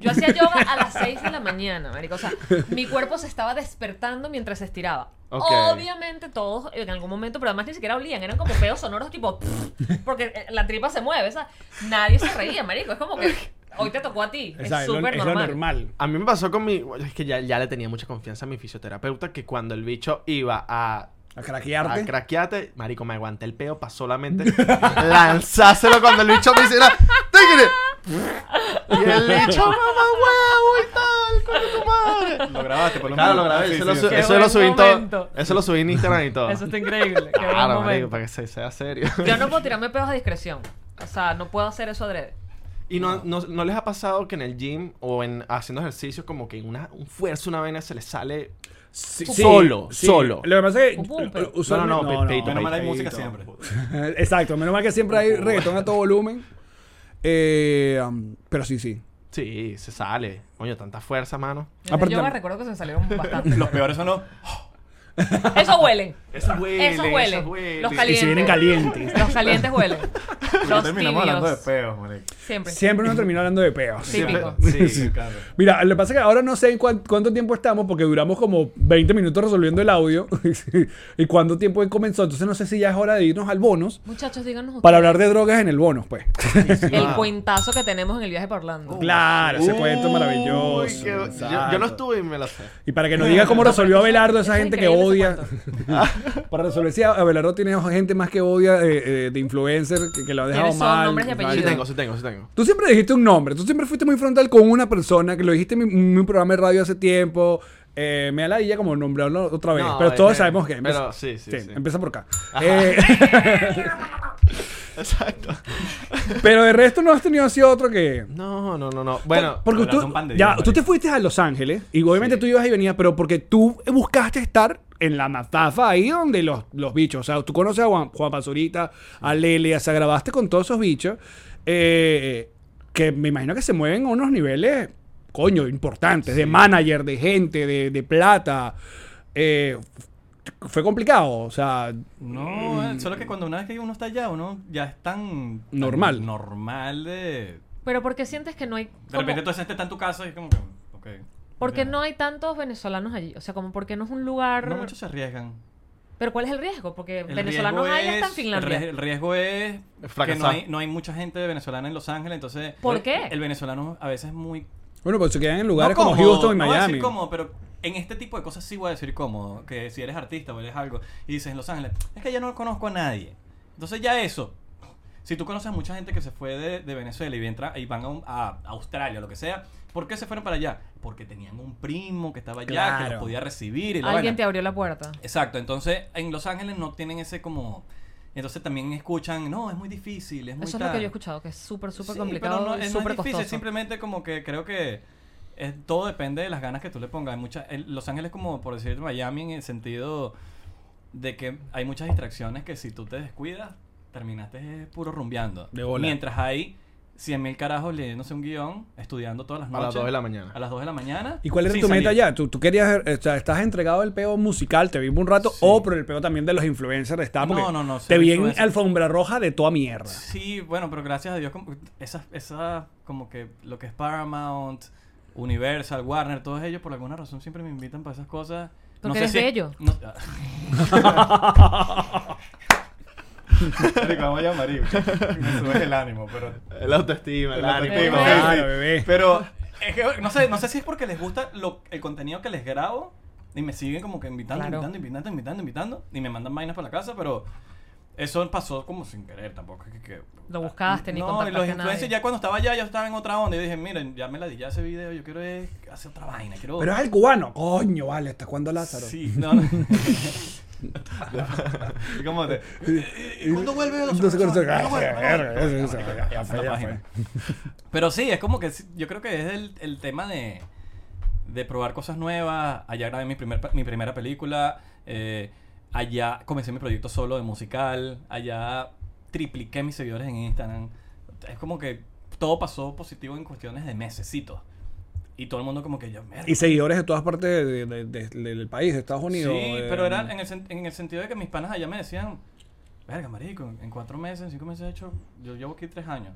Yo hacía yoga a las 6 de la mañana, marico. O sea, mi cuerpo se estaba despertando mientras se estiraba. Ok. Obviamente todos en algún momento, pero además ni siquiera olían, eran como pedos sonoros tipo... *laughs* Porque eh, la tripa se mueve, o sea, nadie se reía, marico. Es como que hoy te tocó a ti. Esa, es lo- súper es lo normal. normal. A mí me pasó con mi. Es que ya, ya le tenía mucha confianza a mi fisioterapeuta que cuando el bicho iba a. A A craquearte. craqueate, marico, me aguanté el peo *laughs* para solamente lanzárselo cuando el bicho me hiciera. "Tigre". Y el bicho, mamá huevo y tal, coño tu madre. Lo grabaste, por lo Claro, menos. lo grabé, Sí, eso, sí, lo, sí. su- Qué eso lo buen subí en todo- momento. Eso lo subí en Instagram y todo. Eso está increíble. qué buen Claro, marico, momento. para que se- sea serio. *laughs* Yo no puedo tirarme pedos a discreción. O sea, no puedo hacer eso adrede. ¿Y no, no, no les ha pasado que en el gym o en haciendo ejercicios como que una, un fuerza, una vena se les sale? Sí, Solo, solo. Lo que pasa es que. Pum, pum, pero- usualmente- No, no, no, peito, Menos mal hay Ahí, música ahí, siempre. *laughs* Exacto, menos mal que siempre hay reggaetón a todo volumen. Eh, um, pero sí, sí. Sí, se sale. Coño, tanta fuerza, mano. En el Aparte- yoga recuerdo que se me salieron bastante. Los peores son los. Eso huelen. Eso huele. Eso huelen. Los Y calientes. se vienen calientes. Los calientes huelen. Los terminamos hablando de tibios. peos, marico. Siempre. Siempre nos terminó hablando de peos. *laughs* Sí. Típico. Sí, sí, claro. Mira, lo que pasa es que ahora no sé en cuán- cuánto tiempo estamos porque duramos como 20 minutos resolviendo el audio *laughs* y cuánto tiempo comenzó. Entonces no sé si ya es hora de irnos al bonus Muchachos, díganos ustedes para hablar de drogas en el bonus, *laughs* pues. *laughs* Ah. el cuentazo que tenemos en el viaje para Orlando. Claro, ese cuento Uy, maravilloso. qué- yo- yo, Exacto. no estuve y me la sé. Y para que nos diga cómo resolvió Abelardo esa es gente que increíble ese odia. *laughs* para resolver si Abelardo tiene gente más que odia eh, eh, de influencer que, que lo ha dejado Tienes son mal. nombres y apellidos. Sí Vale. tengo, sí tengo, sí *laughs* tengo. Tú siempre dijiste un nombre, tú siempre fuiste muy frontal con una persona que lo dijiste en mi, en un programa de radio hace tiempo. Eh, me da la idea como nombrarlo otra vez, No, pero todos eh, sabemos que pero sí, sí, sí. empieza por acá. Ajá. Eh, *laughs* Exacto. pero de resto no has tenido así otro que. No, no, no, no. Bueno, porque pero tú, son pan de ya, Dios, tú te marico. fuiste a Los Ángeles y obviamente tú ibas y venías, pero porque tú buscaste estar en la matafa ahí donde los, los bichos, o sea, tú conoces a Juan, Juan Pazurita, a Lele, o sea, grabaste con todos esos bichos, eh, que me imagino que se mueven a unos niveles, coño, importantes, de manager, de gente, de, de plata. Eh, f- fue complicado, o sea, No, eh, solo que cuando una vez que uno está allá, uno ya es tan. tan Normal. normal de. Pero ¿por qué sientes que no hay... este De repente tú estás en tu casa y es como que. Ok. Porque no hay tantos venezolanos allí. O sea, como porque no es un lugar. No muchos se arriesgan. Pero ¿cuál es el riesgo? Porque El venezolanos riesgo hay hasta en es- Finlandia. El ries- el riesgo es que no Fracasar. hay, no hay mucha gente venezolana en Los Ángeles, entonces... ¿Por el- qué? El venezolano a veces es muy... Bueno, pues se quedan en lugares no como cómodo, Houston y No voy a Miami. decir cómodo, pero en este tipo de cosas sí voy a decir cómodo. Que si eres artista o eres algo y dices en Los Ángeles, es que ya no conozco a nadie. Entonces ya eso. Si tú conoces a mucha gente que se fue de, de Venezuela y, entra, y van a, un- a Australia o lo que sea, ¿por qué se fueron para allá? Porque tenían un primo que estaba allá, que Claro. los podía recibir. Y la Alguien vaina. te abrió la puerta. Exacto, entonces en Los Ángeles no tienen ese como... Entonces también escuchan, no, es muy difícil, es muy Eso es lo que tal". yo he escuchado, que es súper, súper Sí, complicado. pero no, y es, no es súper difícil, costoso. simplemente como que creo que es- todo depende de las ganas que tú le pongas. Hay mucha- el- Los Ángeles como, por decir, Miami en el sentido de que hay muchas distracciones que si tú te descuidas, terminaste eh, puro rumbeando. De bola. Mientras hay 100.000 carajos leyéndose un guión, estudiando todas las A las noches. dos de la mañana. A las 2 de la mañana. ¿Y cuál era sin tu meta salir. ya? ¿Tú, tú querías, eh, o sea, estás entregado al peo musical, te vi un rato, o por el peo también de los influencers está, porque No, no, no, te ser vi en influencer. alfombra roja de toda mierda. Sí, *laughs* bueno, pero gracias a Dios, como, esa, esa, como que lo que es Paramount, Universal, Warner, todos ellos por alguna razón siempre me invitan para esas cosas. Porque eres es- bello. no- *laughs* Marico, vamos allá, marico. Me sube el ánimo, pero... El autoestima, el El ánimo. autoestima, Bebé. sí, sí. Claro, bebé. Pero es que no sé, no sé si es porque les gusta lo- el contenido que les grabo y me siguen como que invitando, Claro. invitando, invitando, invitando, invitando y me mandan vainas para la casa, pero eso pasó como sin querer tampoco. es que- que- Lo buscaste, ni No, y contactaste los a nadie. influencers ya cuando estaba allá, yo estaba en otra onda y dije, miren, ya me la di ya ese video, yo quiero es hacer otra vaina, quiero... *laughs* Pero es el cubano. Coño, vale, ¿hasta cuándo Lázaro? *laughs* Sí, no, *laughs* no. ¿Y cómo te- ¿Y cuándo vuelve a los Entonces, ocho? cuando- ¿Cuándo vuelve? verga, eso, eso, Marica, ya fue, una ya página. Pero sí, es como que sí, yo creo que es el, el tema de, de probar cosas nuevas. Allá grabé mi, primer, mi primera película. eh, allá comencé mi proyecto solo de musical. Allá tripliqué mis seguidores en Instagram. Es como que todo pasó positivo en cuestiones de mesecitos. Y todo el mundo como que yo... "Mierda". Y seguidores de todas partes de- de- de- del país, de Estados Unidos. Sí, de- pero era en el, sen- en el sentido de que mis panas allá me decían, verga, marico, en cuatro meses, en cinco meses he hecho, yo llevo aquí tres años.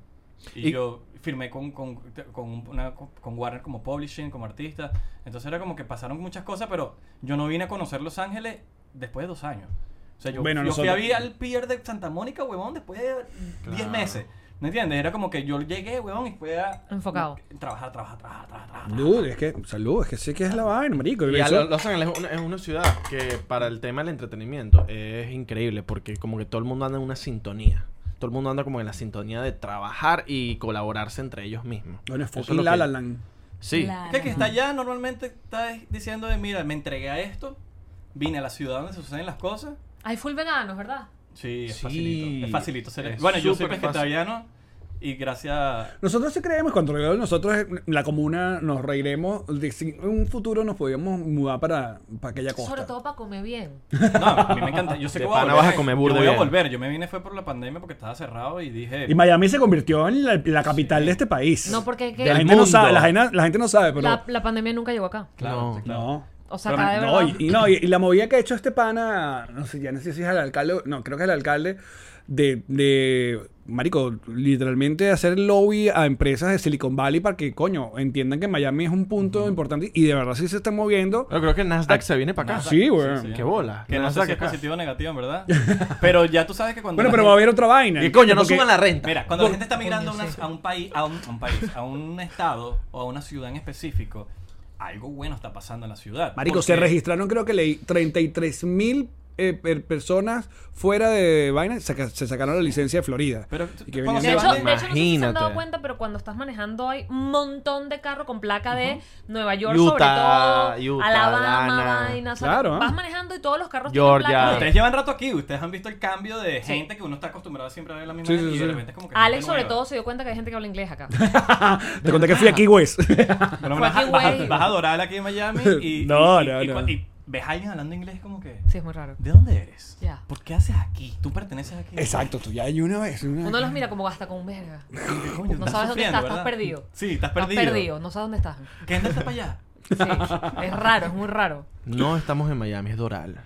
Y, Y- yo firmé con, con, con, una- con Warner como publishing, como artista. Entonces era como que pasaron muchas cosas, pero yo no vine a conocer Los Ángeles después de dos años. O sea, yo, Bueno, yo fui nosotros- a vi al pier de Santa Mónica, huevón, después de diez meses. ¿No entiendes? Era como que yo llegué, huevón, y fue a... Enfocado. Trabajar, trabajar, trabajar, trabajar. trabajar. Dude, es que, salud, es que sé que es la vaina, marico. Y a Eso- Lo- Los Ángeles es una, es una ciudad que para el tema del entretenimiento es increíble porque como que todo el mundo anda en una sintonía. Todo el mundo anda como en la sintonía de trabajar y colaborarse entre ellos mismos. Bueno, es Eso es fucking lo La que- La Land. Sí. Ah, Es que el que está allá normalmente está diciendo de, mira, me entregué a esto, vine a la ciudad donde suceden las cosas. Hay full veganos, ¿verdad? Sí, es Sí. facilito. Es facilito ser. Es bueno, yo soy súper fácil. vegetariano y gracias a... Nosotros sí creemos, cuando lo digo nosotros, eh, la comuna, nos reiremos de si en un futuro nos podíamos mudar para, para aquella costa. Sobre todo para comer *laughs* bien. No, a mí me encanta. Yo sé De que voy a pana volver. vas a comer burda yo voy a bien. volver. Yo me vine fue por la pandemia porque estaba cerrado y dije... Y Miami se convirtió en la, la capital de este país. No, porque que- la Del gente no, mundo. sabe, la, gente, la gente no sabe, pero. La, la pandemia nunca llegó acá. Claro, No, claro. No. O sea, Pero acá de No, verdad. y, y no, y, y la movida que ha hecho este pana, no sé, ya no sé si es el alcalde, no, creo que es el alcalde de, de marico, literalmente hacer lobby a empresas de Silicon Valley para que, coño, entiendan que Miami es un punto importante y de verdad sí se está moviendo. Pero creo que Nasdaq se viene para acá. Ah, Sí, güey. Qué bola. Que no Nada sé si es acá. positivo o negativo, en *laughs* verdad. Pero ya tú sabes que cuando... Bueno, la pero gente- va a haber otra vaina. Y coño, no Porque- suban la renta. Mira, cuando la gente está migrando a, una- a un país, a un, a un país, a un estado o a una ciudad en específico, algo bueno está pasando en la ciudad. Marico, Porque- se registraron, creo que leí, 33 mil eh, personas fuera de vaina se, ca- se sacaron la licencia de Florida. Pero Y que cuando venían De se van hecho, de hecho, no sé si se han dado Imagínate. cuenta, pero cuando estás manejando hay un montón de carros con placa de Nueva York, Utah, sobre todo. Utah, Alabama, Havana. vaina. o sea, ¿eh? Claro. Vas manejando y todos los carros Georgia. Ah. tienen placa de- Ustedes llevan rato aquí, ustedes han visto el cambio de gente que uno está acostumbrado siempre a ver la misma Sí, gente sí, y de sí. repente es como que Alex, gente sobre nueva. todo, se dio cuenta que hay gente que habla inglés *laughs* acá. Te conté que fui aquí, güey. Pero Fue vas, aquí, vas- güey. vas a adorar aquí en *laughs* Miami y, y- No, y- no, y- no. y- y ves a alguien hablando inglés como que Sí, es muy raro. ¿de dónde eres? Ya. ¿Por qué haces aquí? ¿Tú perteneces aquí? Exacto, tú ya hay una vez. una- Uno los mira como gasta con un verga. ¿Qué coño? No Estás sabes dónde sufriendo, estás, estás ¿verdad? perdido. Sí, estás Estás perdido. perdido, no sabes dónde estás. ¿Qué andas para allá? Sí, es raro, es muy *laughs* raro. No estamos en Miami, es Doral.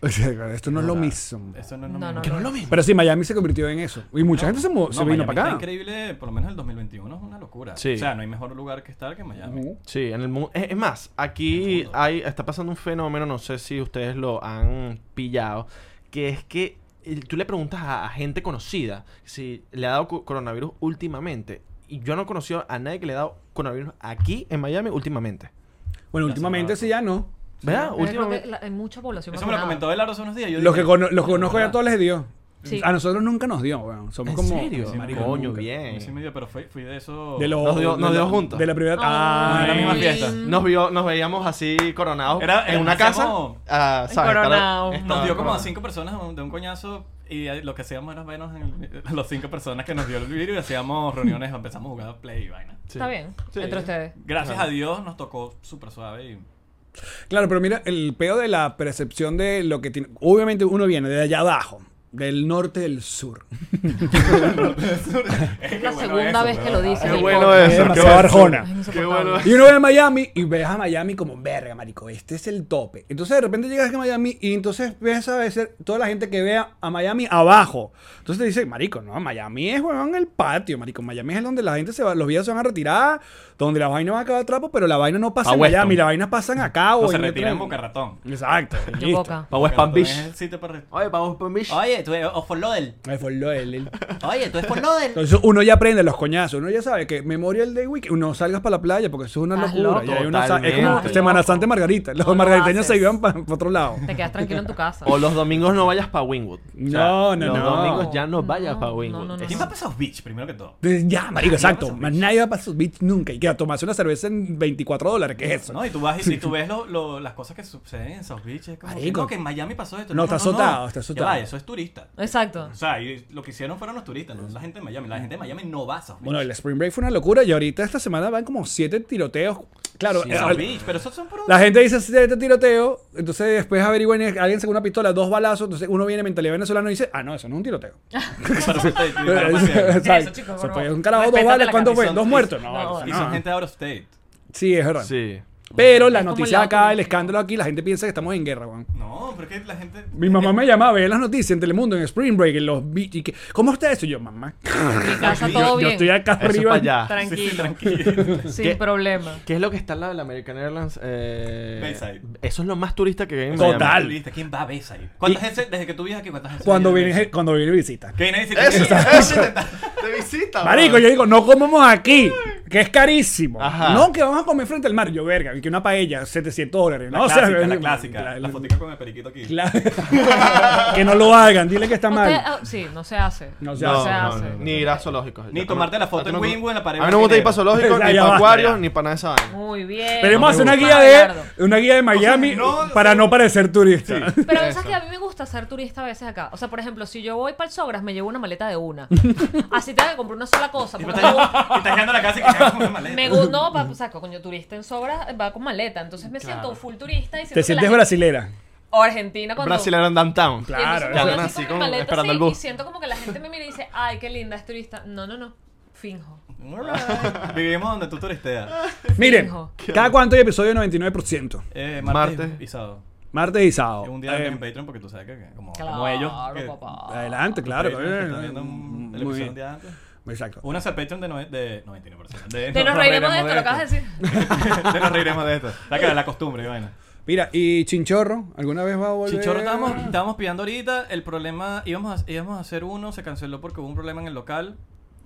O sea, claro, esto no es lo mismo. Eso no es No, lo no, mismo. no. Pero sí, Miami se convirtió en eso. Y mucha gente se, mo- se No, Miami vino para Está acá. increíble, por lo menos el 2021 es una locura. Sí. O sea, no hay mejor lugar que estar que Miami. Sí, en el mundo. Es, es más, aquí hay, está pasando un fenómeno, no sé si ustedes lo han pillado, que es que el- tú le preguntas a, a gente conocida si le ha dado co- coronavirus últimamente. Y yo no he conocido a nadie que le ha dado coronavirus aquí en Miami últimamente. Bueno, últimamente sí ya no. ¿Verdad? Pero creo que últimamente. la- hay mucha población. Eso me lo vacunada. comentó Belardo hace unos días. Yo Los que dije, cono- los conozco ya todos les dio. Sí. A nosotros nunca nos dio, weón. Somos ¿En como. serio? Sí, marico, Coño, nunca. bien. Sí, medio, pero fui, fui de eso. De lo- Nos dio- nos de dio la- juntos. De la primera. Ah, Ah, en la misma Ay. fiesta. Nos, vio, nos veíamos así coronados Era- en una casa. hacíamos- ah, ¿sabes? Estar- Coronado. estar- Nos dio como a cinco personas de un- de un coñazo y ahí lo que hacíamos era menos en el- *laughs* las cinco personas que nos dio el virus y *laughs* hacíamos reuniones, empezamos a jugar play y vaina. Está bien, Sí. entre ustedes. Gracias a Dios nos tocó súper suave *laughs* y Claro, pero mira, el peo de la percepción de lo que tiene. Obviamente uno viene de allá abajo, del norte del sur. Es la segunda vez que lo dices. Qué el bueno podcast. eso. demasiado arjona. Ay, Qué insoportable. bueno. Y uno ve a Miami y ves a Miami como verga, marico. Este es el tope. Entonces de repente llegas a Miami y entonces ves a veces toda la gente que ve a, a Miami abajo. Entonces te dice, marico, no, Miami es en el patio, marico. Miami es donde la gente se va, los vídeos se van a retirar, donde la vaina va a acabar trapo, pero la vaina no pasa Pa' en Weston. Miami, la vaina pasan acá o no se en retiran en otro- Boca Ratón. Exacto. Yo listo. boca. Pa' West Palm Boca Ratón es Beach. el sitio para- Oye, vamos Palm Beach. Oye, tú, o for Lodel. Ahí fue lo del- el- Oye, tú es for Lodel. Entonces uno ya aprende los coñazos, uno ya sabe que Memorial Day Weekend, uno salgas para la playa porque eso es una Estás locura. loco. ya hay una sa- es como Totalmente. Semana Santa y Margarita. Los No lo margariteños se haces. iban para otro lado. Te quedas tranquilo en tu casa. O los domingos no vayas para Wingwood. No, no, los no. domingos ya no vayas No, para no, Wingwood. no, no, Es- ¿Quién va para South Beach, primero que todo? Entonces, ya, marico, exacto. South Más nadie va para sus beach nunca. Y queda tomarse una cerveza en 24 dólares. ¿Qué es eso? No, y tú vas y, y tú ves lo- lo- las cosas que suceden en South Beach. Es como que, Marico. no, que en Miami pasó esto. No, está azotado, Ya está azotado. va, eso es turista. Exacto. O sea, y lo que hicieron fueron los turistas, no la gente de Miami. La gente de Miami no va a South Beach. Bueno, el Spring Break fue una locura y ahorita esta semana van como 7 tiroteos. Claro, eh, South al- Beach, pero esos son por la gente dice 7 tiroteos, entonces después averiguan y alguien sacó una pistola, dos balazos, entonces uno viene mentalidad venezolana y dice, ah, no, eso no es un tiroteo. *laughs* Y Exacto. chicos, Se bro. fue un carajo, dos Respétate balas, la ¿cuántos fue? camisa. ¿Dos muertos? No, No, eso y no. son gente out of state. Sí, es verdad. Sí. Pero la Es como noticia el acá, auto. el escándalo aquí, la gente piensa que estamos en guerra, Juan. No, pero es que la gente. Mi mamá me llamaba, veía las noticias en Telemundo, en Spring Break, en los beach, y que, ¿cómo está eso? Y Yo, mamá, En mi casa yo, todo yo bien. estoy acá Eso es arriba. para allá. Tranquilo. Tranquilo. *laughs* Sin ¿Qué? problema. ¿Qué es lo que está al lado de la American Airlines? Eh, Bayside. Eso es lo más turista que hay en Total. Miami. Turista, ¿Quién va a Besay? ¿Cuántas gente desde que tú vives aquí? ¿Cuántas gente Cuando viene a viene, cuando viene visita. Besay? ¿Qué viene a decir? *laughs* Eso, ¿Qué- eso te, te visita. Marico, bro. yo digo, no comamos aquí, que es carísimo. Ajá. No, que vamos a comer frente al mar. Yo, verga, y que una paella, 700 dólares. La no, clásica, o sea, la clásica. La, *laughs* fotica con el periquito aquí. cla- que no lo hagan, dile que está Usted- mal. ah, sí, no se hace. No se No, hace. se no, hace. no, no. Ni ir a zoológicos. Ni Ya, tomarte la a foto ti en no- Wingwood en la pared A mí no me gusta ir marinera. para zoológicos, *laughs* Ya, ni ya para basta, acuarios, ya. ni para nada de esa vaina. Muy bien. Pero vamos a hacer una Vamos, guía de, Abelardo. una guía de Miami no, para sí. no parecer turista. Pero a veces que a mí me gusta ser turista a veces acá. O sea, por ejemplo, si yo voy para el Sogras, me llevo una maleta de una. Así tengo que comprar una sola cosa. Y porque estás me gusta- y estás llegando a la casa y que te con una maleta. Me gusta, no, pa- o sea, coño, turista en sobra va con maleta. Entonces me siento full turista y siento Te que la sientes gente- brasilera. O argentina cuando. Brasileño en downtown. Y entonces Claro, me ya quedo van así así con mi como maleta, esperando sí, el bus. Y siento como que la gente me mira y dice, ay, qué linda es turista. No, no, no. Finjo. Alright. Vivimos donde tú turisteas. Miren, Hijo. cada cuánto hay episodio 99%. Eh, martes, Martes. y sábado. Martes y sábado. Un día antes Eh, en Patreon porque tú sabes que, que como, Claro, como ellos. que- papá. adelante, claro. Patreon, que Ah, están eh, viendo un- el muy episodio bien. un día antes. Exacto. Únanse a Patreon de, noven- de 99%. De, Te nos reiremos de esto, lo acabas de decir. decir. *laughs* de nos reiremos *laughs* de esto. La cara, la costumbre, vaina. Mira, ¿y Chinchorro? ¿Alguna vez va a volver? Chinchorro estábamos, estábamos pidiendo ahorita. El problema, íbamos a, íbamos a hacer uno, se canceló porque hubo un problema en el local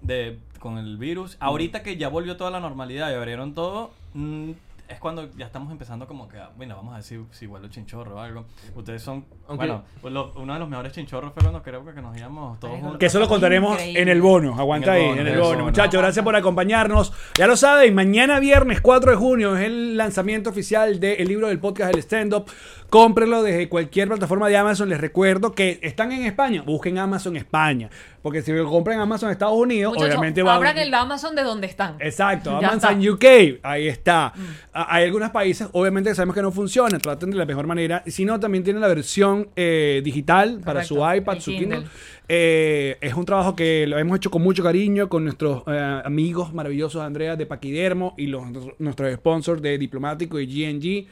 de, con el virus. Mm. Ahorita que ya volvió toda la normalidad y abrieron todo, mm, es cuando ya estamos empezando como que, ah, bueno, vamos a decir si vuelve el chinchorro o algo. Ustedes son, Aunque- bueno, lo- uno de los mejores chinchorros fue cuando creo que nos íbamos todos juntos. Que eso lo contaremos Increíble. en el bono. En el Aguanta ahí, bono, en en el el bono. bono. Muchachos, gracias por acompañarnos. Ya lo saben, mañana viernes 4 de junio es el lanzamiento oficial del libro del podcast El Stand Up. Cómprenlo desde cualquier plataforma de Amazon. Les recuerdo que están en España. Busquen Amazon España. Porque si lo compran en Amazon Estados Unidos, Muchachos, obviamente va a... abran el Amazon de donde están. Exacto, Ya Mm. Amazon está. UK, ahí está. a- hay algunos países, obviamente, que sabemos que no funciona. Traten de la mejor manera. Y Si no, también tienen la versión eh, digital para su Correcto, iPad, el su Kindle. Kindle. Eh, es un trabajo que lo hemos hecho con mucho cariño con nuestros eh, amigos maravillosos, Andrea, de Paquidermo y los, nuestros sponsors de Diplomático y GNG.